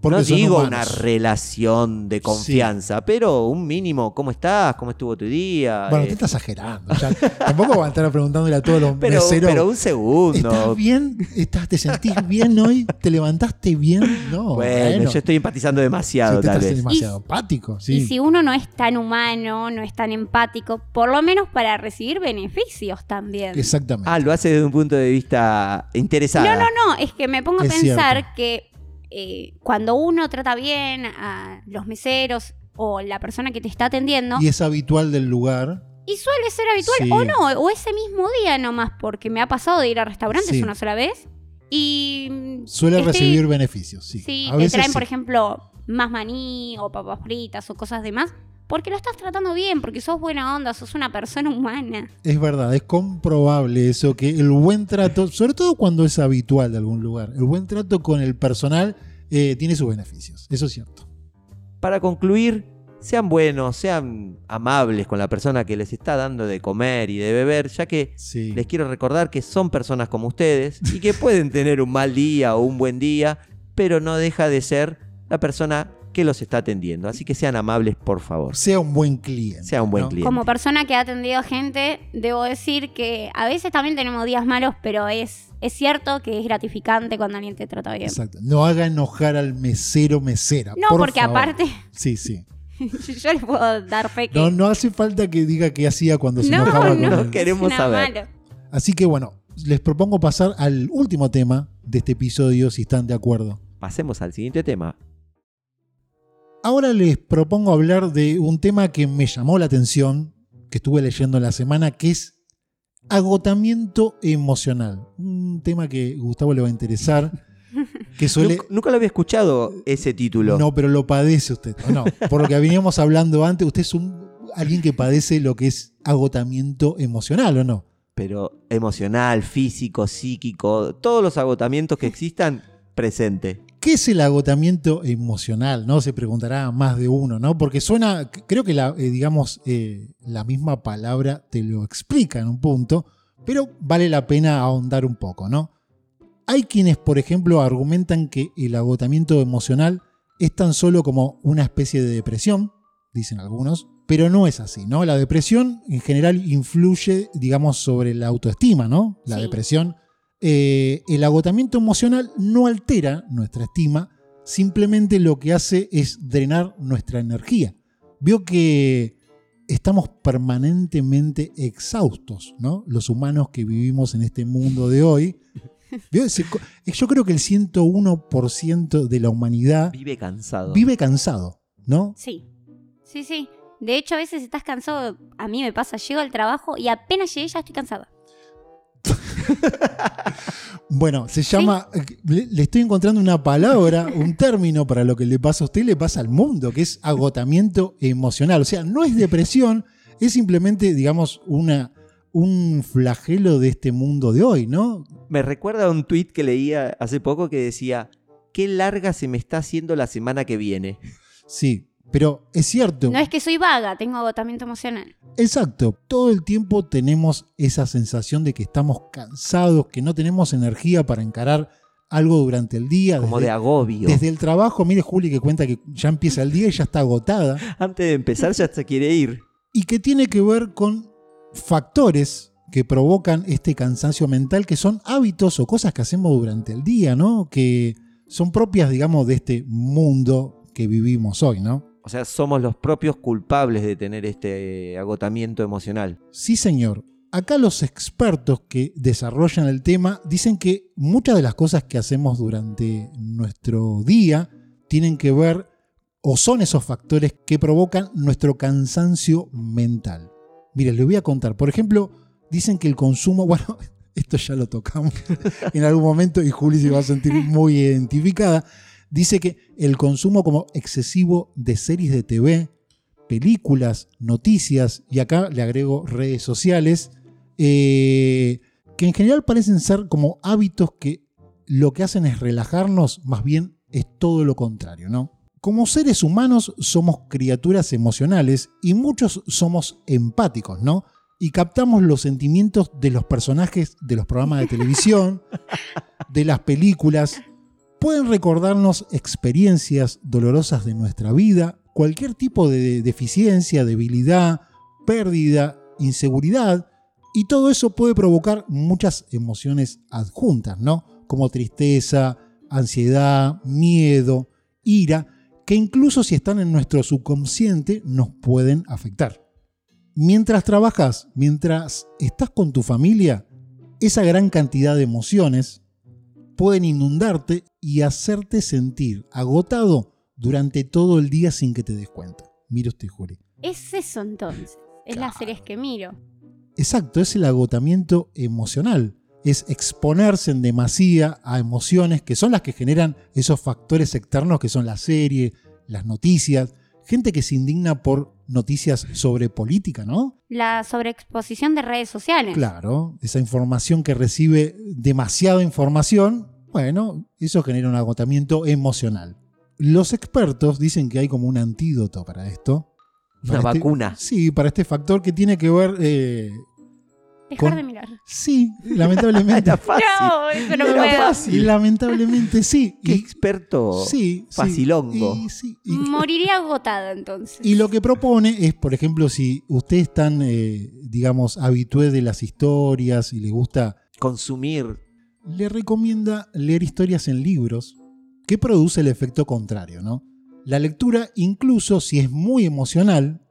A: Porque
B: no
A: son
B: digo
A: humanos.
B: una relación de confianza, pero un mínimo, ¿cómo estás? ¿Cómo estuvo tu día?
A: Bueno,
B: Eh,
A: te estás exagerando. ya. Tampoco van a estar preguntándole a todos los
B: pero,
A: meseros.
B: pero un segundo.
A: ¿Estás bien? ¿Estás, ¿Te sentís bien hoy? ¿Te levantaste bien? No.
B: Bueno, yo estoy empatizando demasiado,
A: Sí, te
B: tal
A: estás
B: vez.
A: demasiado
C: Y-
A: apático,
C: Y
A: sí.
C: si uno no es tan humano, no es tan empático, por lo menos para recibir beneficios también.
A: Exactamente.
B: Ah, lo hace desde un punto de vista interesado.
C: No, no, no, es que me pongo a
A: Es
C: pensar
A: cierto.
C: que eh, cuando uno trata bien a los meseros o la persona que te está atendiendo,
A: Y es habitual del lugar.
C: y suele ser habitual,
A: Sí.
C: o no, o ese mismo día nomás, porque me ha pasado de ir a restaurantes
A: Sí.
C: una sola vez y...
A: Suele
C: estoy-
A: recibir beneficios, sí.
C: Sí,
A: A
C: te
A: veces
C: traen,
A: sí.
C: por ejemplo, más maní o papas fritas o cosas demás, porque lo estás tratando bien, porque sos buena onda, sos una persona humana.
A: Es verdad, es comprobable eso, que el buen trato, sobre todo cuando es habitual de algún lugar, el buen trato con el personal eh, tiene sus beneficios, eso es cierto.
B: para concluir, sean buenos, sean amables con la persona que les está dando de comer y de beber, ya que
A: Sí.
B: les quiero recordar que son personas como ustedes y que pueden tener un mal día o un buen día, pero no deja de ser la persona que los está atendiendo. Así que sean amables, por favor.
A: Sea un buen cliente.
B: Sea un buen
A: ¿no?
B: cliente.
C: Como persona que ha atendido gente, debo decir que a veces también tenemos días malos, pero es, es cierto que es gratificante cuando alguien te trata bien.
A: Exacto. No haga enojar al mesero mesera.
C: No,
A: por
C: porque
A: favor.
C: aparte, (laughs)
A: Sí, sí.
C: yo les puedo dar fe que...
A: No, no hace falta que diga qué hacía cuando se
C: No,
A: enojaba
C: no,
A: con
B: No
A: él.
B: queremos
C: es nada
B: saber.
C: malo.
A: Así que bueno, les propongo pasar al último tema de este episodio, si están de acuerdo.
B: Pasemos al siguiente tema.
A: Ahora les propongo hablar de un tema que me llamó la atención, que estuve leyendo en la semana, que es agotamiento emocional. Un tema que Gustavo le va a interesar, que suele... Eh,
B: Nunca, nunca lo había escuchado ese título.
A: No, pero lo padece usted. ¿o No, por lo que veníamos hablando antes, usted es un, alguien que padece lo que es agotamiento emocional, ¿o no?
B: Pero emocional, físico, psíquico, todos los agotamientos que existan, presente.
A: ¿Qué es el agotamiento emocional? ¿No? Se preguntará más de uno, ¿no? Porque suena, creo que la, eh, digamos, eh, la misma palabra te lo explica en un punto, pero vale la pena ahondar un poco, ¿no? Hay quienes, por ejemplo, argumentan que el agotamiento emocional es tan solo como una especie de depresión, dicen algunos, pero no es así, ¿no? La depresión en general influye, digamos, sobre la autoestima, ¿no? La
C: Sí.
A: depresión. eh, el agotamiento emocional no altera nuestra estima, simplemente lo que hace es drenar nuestra energía. Vio que estamos permanentemente exhaustos, ¿no? Los humanos que vivimos en este mundo de hoy. Vio, se co- eh, Yo creo que el 101% de la humanidad
B: Vive cansado.
A: vive cansado, ¿no?
C: Sí, sí, sí. De hecho, a veces estás cansado. A mí me pasa, llego al trabajo y apenas llegué ya estoy cansada.
A: Bueno, se llama. eh, Le, le estoy encontrando una palabra, un término para lo que le pasa a usted, le pasa al mundo, que es agotamiento emocional. O sea, no es depresión, es simplemente, digamos, una, un flagelo de este mundo de hoy, ¿no?
B: Me recuerda a un tweet que leía hace poco que decía: Qué larga se me está haciendo la semana
A: (laughs)
B: que viene.
A: Sí, pero es cierto.
C: No es que soy vaga, tengo agotamiento emocional.
A: Exacto, todo el tiempo tenemos esa sensación de que estamos cansados, que no tenemos energía para encarar algo durante el día.
B: Como de
A: desde-
B: agobio.
A: Desde el trabajo, mire Juli que cuenta que ya empieza el día y ya está agotada.
B: (laughs) Antes de empezar ya se quiere ir.
A: Y que tiene que ver con factores que provocan este cansancio mental, que son hábitos o cosas que hacemos durante el día, ¿no? Que son propias, digamos, de este mundo que vivimos hoy, ¿no?
B: O sea, somos los propios culpables de tener este agotamiento emocional.
A: Sí, señor. Acá los expertos que desarrollan el tema dicen que muchas de las cosas que hacemos durante nuestro día tienen que ver o son esos factores que provocan nuestro cansancio mental. Miren, les voy a contar. Por ejemplo, dicen que el consumo, (laughs) bueno, esto ya lo tocamos en algún momento y Juli se va a sentir muy identificada. Dice que el consumo como excesivo de series de TV, películas, noticias, y acá le agrego redes sociales, eh, que en general parecen ser como hábitos que lo que hacen es relajarnos, más bien es todo lo contrario, ¿no? Como seres humanos somos criaturas emocionales y muchos somos empáticos, ¿no? Y captamos los sentimientos de los personajes de los programas de televisión, de las películas, pueden recordarnos experiencias dolorosas de nuestra vida, cualquier tipo de deficiencia, debilidad, pérdida, inseguridad, y todo eso puede provocar muchas emociones adjuntas, ¿no? Como tristeza, ansiedad, miedo, ira, que incluso si están en nuestro subconsciente nos pueden afectar. Mientras trabajas, mientras estás con tu familia, esa gran cantidad de emociones, pueden inundarte y hacerte sentir agotado durante todo el día sin que te des cuenta. Mire usted, Juli.
C: Es eso entonces. Es las series que miro.
A: Exacto, es el agotamiento emocional. Es exponerse en demasía a emociones que son las que generan esos factores externos que son la serie, las noticias, gente que se indigna por noticias sobre política, ¿no?
C: La sobreexposición de redes sociales.
A: Claro, esa información que recibe demasiada información, bueno, eso genera un agotamiento emocional. Los expertos dicen que hay como un antídoto para esto.
B: Una
A: Para este- (laughs)
B: vacuna. (laughs)
A: Sí, para este factor que tiene que ver, eh,
C: Dejar
A: Con-
C: de mirar.
A: sí,
B: Ah, (laughs)
A: lamentablemente.
B: Era fácil.
C: No, eso no
B: Era
C: puedo.
B: fácil.
A: lamentablemente sí.
B: Qué
A: Y-
B: experto.
A: sí, sí.
B: facilongo.
A: Y, sí, y-
C: Moriría agotada entonces.
A: Y lo que propone es, por ejemplo, si ustedes están, eh, digamos, habitué de las historias y les gusta
B: Consumir.
A: le recomienda leer historias en libros, que produce el efecto contrario, ¿no? La lectura, incluso si es muy emocional,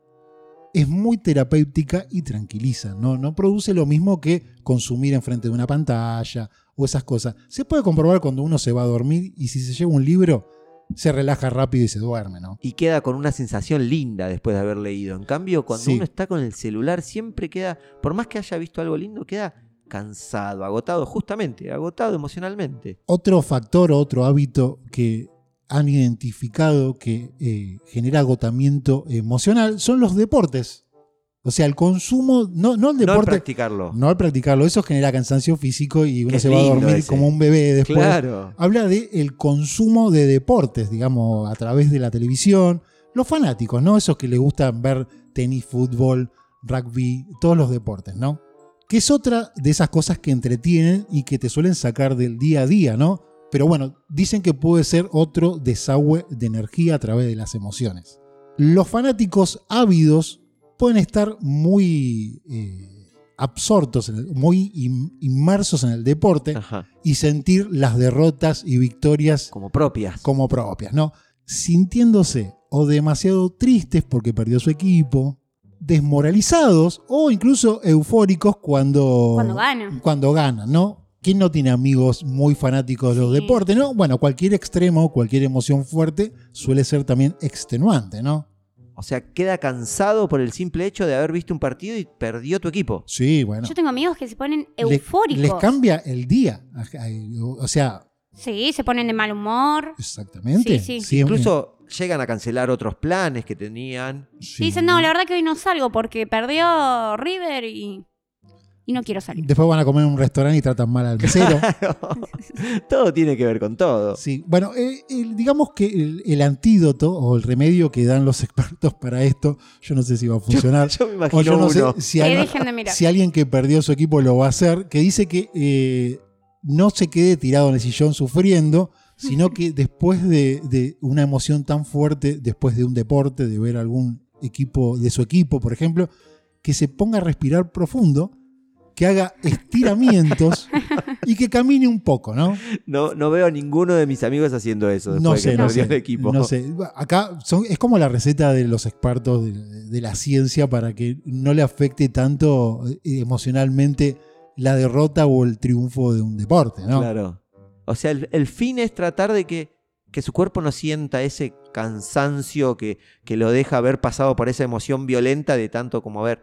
A: es muy terapéutica y tranquiliza, ¿no? No produce lo mismo que consumir enfrente de una pantalla o esas cosas. Se puede comprobar cuando uno se va a dormir y si se lleva un libro, se relaja rápido y se duerme, ¿no?
B: Y queda con una sensación linda después de haber leído. En cambio, cuando
A: Sí.
B: uno está con el celular, siempre queda, por más que haya visto algo lindo, queda cansado, agotado, justamente, agotado emocionalmente.
A: Otro factor, otro hábito que han identificado que eh, genera agotamiento emocional son los deportes. O sea, el consumo, no, no el
B: No al
A: deporte,
B: practicarlo.
A: no al practicarlo, eso genera cansancio físico y uno
B: Qué
A: se va a
B: lindo
A: dormir
B: ese.
A: como un bebé después.
B: claro.
A: Habla de el consumo de deportes, digamos, a través de la televisión, los fanáticos, ¿no? Esos que les gustan ver tenis, fútbol, rugby, todos los deportes, ¿no? Que es otra de esas cosas que entretienen y que te suelen sacar del día a día, ¿no? Pero bueno, dicen que puede ser otro desagüe de energía a través de las emociones. Los fanáticos ávidos pueden estar muy eh, absortos, en el- muy in- inmersos en el deporte
B: Ajá.
A: y sentir las derrotas y victorias
B: Como propias.
A: como propias, ¿no? Sintiéndose o demasiado tristes porque perdió su equipo, desmoralizados o incluso eufóricos cuando,
C: Cuando gana.
A: cuando ganan, ¿no? ¿Quién no tiene amigos muy fanáticos de los
C: Sí.
A: deportes, no? Bueno, cualquier extremo, cualquier emoción fuerte suele ser también extenuante, ¿no?
B: O sea, queda cansado por el simple hecho de haber visto un partido y perdió tu equipo.
A: Sí, bueno.
C: Yo tengo amigos que se ponen
A: Le-
C: eufóricos.
A: Les cambia el día. Ajá, y- O o sea,
C: Sí, se ponen de mal humor.
A: exactamente.
C: Sí, sí.
A: Siempre-
B: Incluso llegan a cancelar otros planes que tenían.
A: sí.
C: Y dicen, no, la verdad que hoy no salgo porque perdió River y, y no quiero salir.
A: Después van a comer en un restaurante y tratan mal al mesero.
B: (laughs) todo tiene que ver con todo.
A: Sí, bueno, eh, el- digamos que el, el antídoto o el remedio que dan los (laughs) expertos para esto, yo no sé si va a funcionar.
B: Yo me
A: o
B: imagino
A: yo no
B: uno.
A: sé si,
C: que
A: al-
C: dejen de mirar.
A: si alguien que perdió su equipo lo va a hacer, que dice que eh, no se quede tirado en el sillón sufriendo, sino que después de, de una emoción tan fuerte, después de un deporte, de ver algún equipo de su equipo, por ejemplo, que se ponga a respirar profundo, que haga estiramientos y que camine un poco, ¿no?
B: No, no veo a ninguno de mis amigos haciendo eso después
A: No
B: de
A: sé,
B: que
A: no
B: perdió
A: sé,
B: el equipo.
A: no sé. Acá son, es como la receta de los expertos de, de la ciencia para que no le afecte tanto eh, emocionalmente la derrota o el triunfo de un deporte, ¿no?
B: Claro. O sea, el, el fin es tratar de que, que su cuerpo no sienta ese cansancio que, que lo deja haber pasado por esa emoción violenta de tanto como ver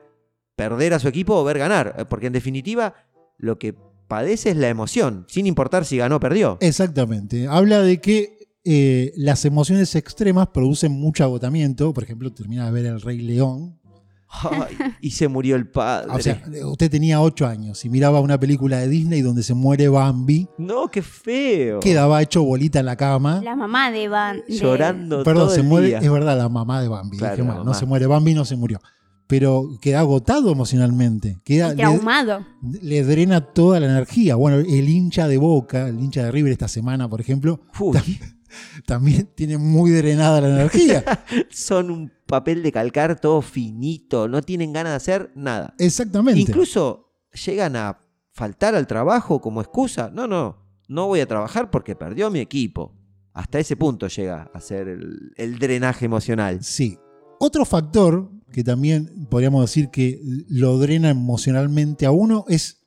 B: perder a su equipo o ver ganar. Eh, Porque en definitiva, lo que padece es la emoción, sin importar si ganó o perdió.
A: Eh. Exactamente. Habla de que eh, las emociones extremas producen mucho agotamiento. Por ejemplo, termina de ver el Rey León.
B: Ay, y se murió el padre.
A: O sea, eh, usted tenía 8 años y miraba una película de Disney donde se muere Bambi,
B: no, qué feo.
A: quedaba hecho bolita en la cama.
C: La mamá de Van. de-
B: Llorando
A: Eh, Perdón,
B: todo
A: se
B: el
A: muere,
B: día.
A: es verdad, la mamá de Bambi.
B: Claro,
A: dije
B: la
A: mal, no
B: mamá.
A: se muere Bambi, no se murió. Pero queda agotado emocionalmente. Queda,
C: y
A: le,
C: traumado.
A: le drena toda la energía. Bueno, el hincha de Boca, el hincha de River esta semana, por ejemplo,
B: Uy,
A: también (laughs) tiene muy drenada la
B: (laughs)
A: energía.
B: son un papel de calcar todo finito, no tienen ganas de hacer nada.
A: Exactamente.
B: Incluso llegan a faltar al trabajo como excusa. No, no, no voy a trabajar porque perdió mi equipo. Hasta ese punto llega a ser el, el drenaje emocional.
A: Sí. Otro factor que también podríamos decir que lo drena emocionalmente a uno es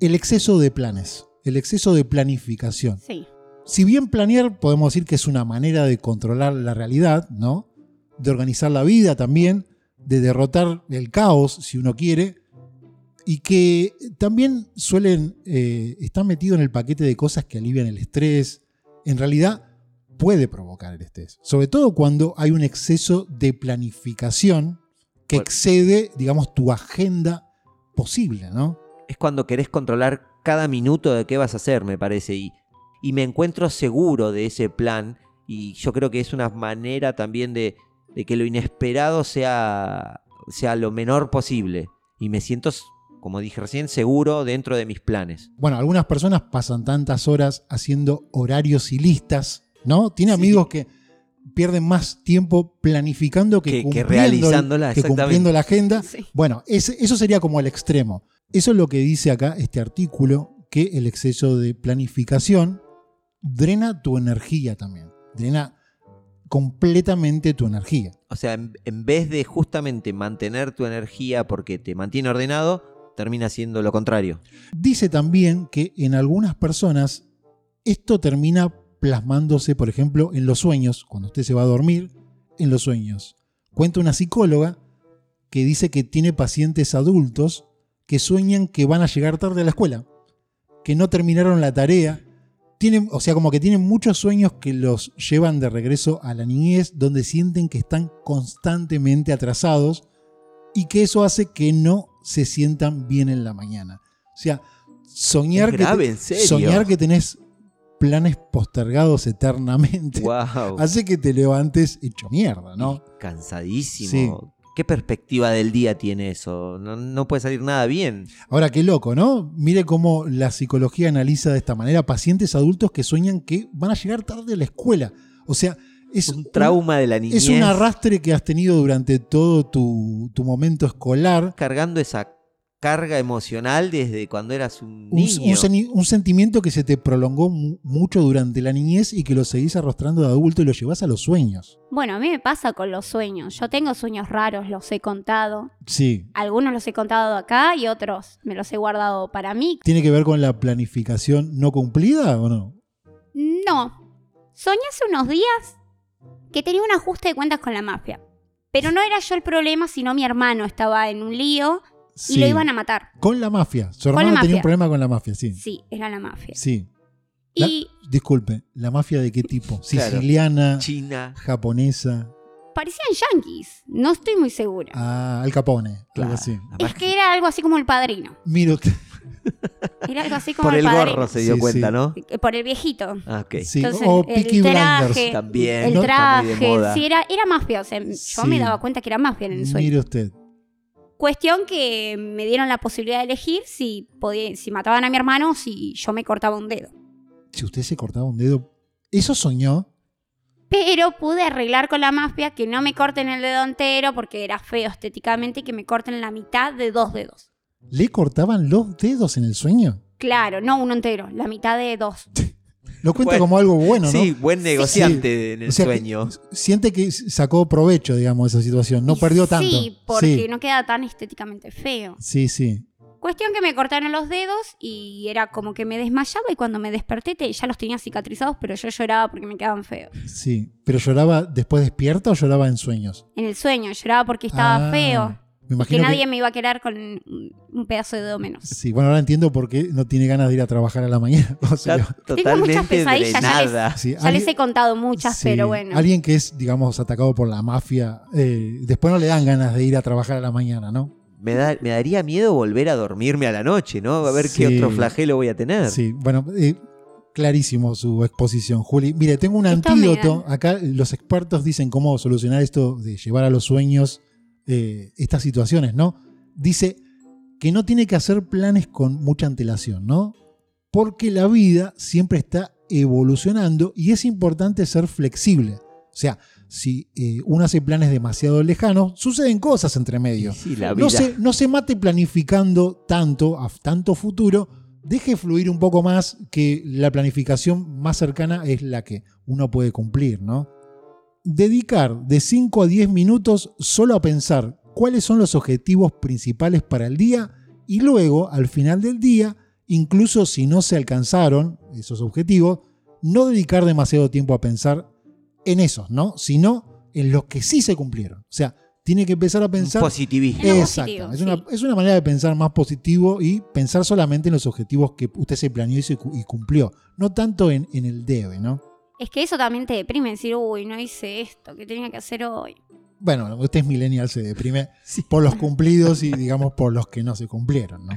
A: el exceso de planes, el exceso de planificación.
C: Sí.
A: Si bien planear podemos decir que es una manera de controlar la realidad, ¿no? De organizar la vida también, de derrotar el caos si uno quiere, y que también suelen eh, estar metido en el paquete de cosas que alivian el estrés. En realidad puede provocar el estrés, sobre todo cuando hay un exceso de planificación que
B: Bueno.
A: excede, digamos, tu agenda posible, ¿no?
B: Es cuando querés controlar cada minuto de qué vas a hacer, me parece. Y, y me encuentro seguro de ese plan. Y yo creo que es una manera también de, de que lo inesperado sea, sea lo menor posible. Y me siento, como dije recién, seguro dentro de mis planes.
A: Bueno, algunas personas pasan tantas horas haciendo horarios y listas, ¿no? Tiene
B: Sí.
A: amigos que pierden más tiempo planificando que,
B: Que- que
A: cumpliendo,
B: realizándola,
A: que
B: exactamente.
A: cumpliendo la agenda.
C: Sí.
A: Bueno, ese- eso sería como el extremo. Eso es lo que dice acá este artículo, que el exceso de planificación drena tu energía también, drena completamente tu energía.
B: O sea, en, en vez de justamente mantener tu energía porque te mantiene ordenado, termina siendo lo contrario.
A: Dice también que en algunas personas esto termina plasmándose, por ejemplo, en los sueños, cuando usted se va a dormir, en los sueños. Cuenta una psicóloga que dice que tiene pacientes adultos que sueñan que van a llegar tarde a la escuela, que no terminaron la tarea, tienen, o sea, como que tienen muchos sueños que los llevan de regreso a la niñez, donde sienten que están constantemente atrasados y que eso hace que no se sientan bien en la mañana. O sea, soñar,
B: Es
A: que,
B: grave, en serio.
A: soñar que tenés planes postergados eternamente
B: Wow.
A: hace que te levantes hecho mierda, ¿no?
B: Cansadísimo. ¿Qué perspectiva del día tiene eso? No, no puede salir nada bien.
A: Ahora, qué loco, ¿no? Mire cómo la psicología analiza de esta manera pacientes adultos que sueñan que van a llegar tarde a la escuela. O sea, es
B: Un trauma de la niñez.
A: Es un arrastre que has tenido durante todo tu, tu momento escolar.
B: Cargando esa carga emocional desde cuando eras un
A: Un,
B: niño.
A: un seni- un sentimiento que se te prolongó mu- mucho durante la niñez y que lo seguís arrastrando de adulto y lo llevas a los sueños.
C: Bueno, a mí me pasa con los sueños. Yo tengo sueños raros, los he contado.
A: Sí.
C: Algunos los he contado acá y otros me los he guardado para mí.
A: ¿Tiene que ver con la planificación no cumplida o no?
C: No. Soñé hace unos días que tenía un ajuste de cuentas con la mafia. Pero no era yo el problema, sino mi hermano estaba en un lío y
A: Sí.
C: lo iban a matar.
A: Con la mafia. Su
C: la
A: hermano tenía un
C: mafia.
A: problema con la mafia, sí.
C: Sí, era la mafia.
A: Sí. La-
C: Y
A: Disculpe, ¿la mafia de qué tipo?
B: Claro.
A: ¿Siciliana?
B: China.
A: ¿Japonesa?
C: parecían yanquis. No estoy muy segura.
A: Ah, Al Capone. Algo
B: Claro.
A: así.
C: Es que era algo así como el padrino.
A: Mire usted.
C: Era algo así como
B: Por
C: el,
B: el
C: padrino.
B: gorro se dio
A: Sí, sí.
B: cuenta, ¿no?
C: Eh, Por el viejito.
B: Ah, ok.
A: Sí.
C: Entonces,
A: o
C: el
A: Peaky Blinders.
C: traje,
B: También.
C: El
A: ¿no?
B: Eh, Está muy de
C: traje,
B: moda.
C: sí, era, era mafia. O sea, yo
A: Sí.
C: me daba cuenta que era mafia en el sueño.
A: Mire usted.
C: Cuestión que me dieron la posibilidad de elegir si, podía, si mataban a mi hermano o si yo me cortaba un dedo.
A: Si usted se cortaba un dedo, ¿eso soñó?
C: Pero pude arreglar con la mafia que no me corten el dedo entero porque era feo estéticamente y que me corten la mitad de dos dedos.
A: ¿Le cortaban los dedos en el sueño?
C: Claro, no uno entero, la mitad de dos.
A: Lo cuenta
B: Bueno,
A: como algo bueno, ¿no?
B: Sí, buen negociante en el
A: O sea, que
B: sueño.
A: Siente que sacó provecho, digamos, de esa situación. No
C: Y
A: perdió tanto.
C: Sí, porque
A: sí,
C: no queda tan estéticamente feo.
A: sí, sí.
C: Cuestión que me cortaron los dedos y era como que me desmayaba y cuando me desperté te- ya los tenía cicatrizados, pero yo lloraba porque me quedaban feos.
A: sí. ¿Pero lloraba después despierta o lloraba en sueños?
C: En el sueño, lloraba porque estaba
A: Ah,
C: feo.
A: Me
C: Que
A: imagino que-
C: nadie me iba a querer con un un pedazo de dedo menos.
A: Sí, bueno, ahora entiendo por qué no tiene ganas de ir a trabajar a la mañana. (laughs) O sea,
B: Está
C: Tengo muchas
B: totalmente
C: pesadillas, ya les-
B: drenada.
A: sí,
C: Ya
A: alguien-
C: les he contado muchas,
A: sí,
C: pero bueno.
A: Alguien que es, digamos, atacado por la mafia, eh, después no le dan ganas de ir a trabajar a la mañana, ¿no?
B: Me, da- me daría miedo volver a dormirme a la noche, ¿no? A ver
A: Sí.
B: qué otro flagelo voy a tener.
A: Sí, bueno, eh, clarísimo su exposición, Juli. Mire, tengo un
C: Esto me
A: antídoto. Acá los expertos dicen cómo solucionar esto de llevar a los sueños eh, estas situaciones, ¿no? Dice que no tiene que hacer planes con mucha antelación, ¿no? Porque la vida siempre está evolucionando y es importante ser flexible. O sea, si eh, uno hace planes demasiado lejanos, suceden cosas entre medio.
B: Sí, la vida.
A: No se, no se mate planificando tanto, a f- tanto futuro. Deje fluir un poco más que la planificación más cercana es la que uno puede cumplir, ¿no? Dedicar de 5 a 10 minutos solo a pensar cuáles son los objetivos principales para el día y luego, al final del día, incluso si no se alcanzaron esos objetivos, no dedicar demasiado tiempo a pensar en esos, ¿no? Sino en los que sí se cumplieron. O sea, tiene que empezar a
B: Un
A: pensar
B: positivismo.
C: En lo
A: Exacto.
C: positivo,
A: es, una,
C: sí.
A: es una manera de pensar más positivo y pensar solamente en los objetivos que usted se planeó y, se cu- y cumplió. No tanto en, en el debe, ¿no?
C: Es que eso también te deprime, decir, uy, no hice esto, ¿qué tenía que hacer hoy?
A: Bueno, usted es millennial, se
C: (laughs)
A: deprime por los cumplidos y digamos por los que no se cumplieron, ¿no?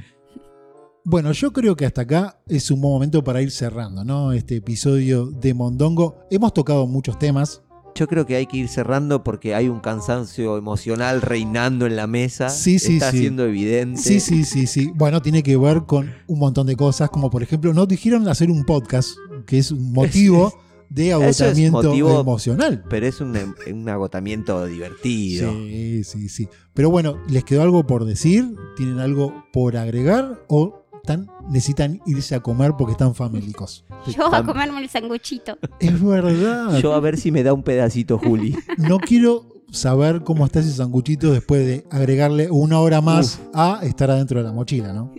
A: Bueno, yo creo que hasta acá es un buen momento para ir cerrando, ¿no? Este episodio de Mondongo. Hemos tocado muchos temas.
B: Yo creo que hay que ir cerrando porque hay un cansancio emocional reinando en la mesa.
A: Sí, sí,
B: Está
A: sí.
B: siendo evidente.
A: Sí, sí, sí, sí. Bueno, tiene que ver con un montón de cosas, como por ejemplo, nos dijeron hacer un podcast, que es un motivo de
B: es
A: agotamiento
B: motivo-
A: emocional.
B: Pero es un, em- un agotamiento divertido.
A: Sí, sí, sí. Pero bueno, ¿les quedó algo por decir? ¿Tienen algo por agregar? ¿O tan- necesitan irse a comer porque están famélicos?
C: Yo a
B: Tam-
C: comerme el sanguchito.
A: Es verdad.
B: Yo a ver si me da un pedacito,
C: (laughs)
B: Juli.
A: No quiero saber cómo está ese sanguchito después de agregarle una hora más a estar adentro de la mochila, ¿no?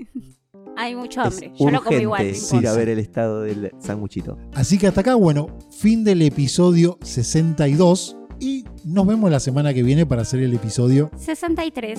C: Hay mucho
B: es
C: hambre. Yo lo como igual. no
B: urgente
A: sí,
B: ir
C: importa.
B: a ver el estado del sanguchito.
A: Así que hasta acá, bueno, fin del episodio 62 y nos vemos la semana que viene para hacer el episodio
C: 63.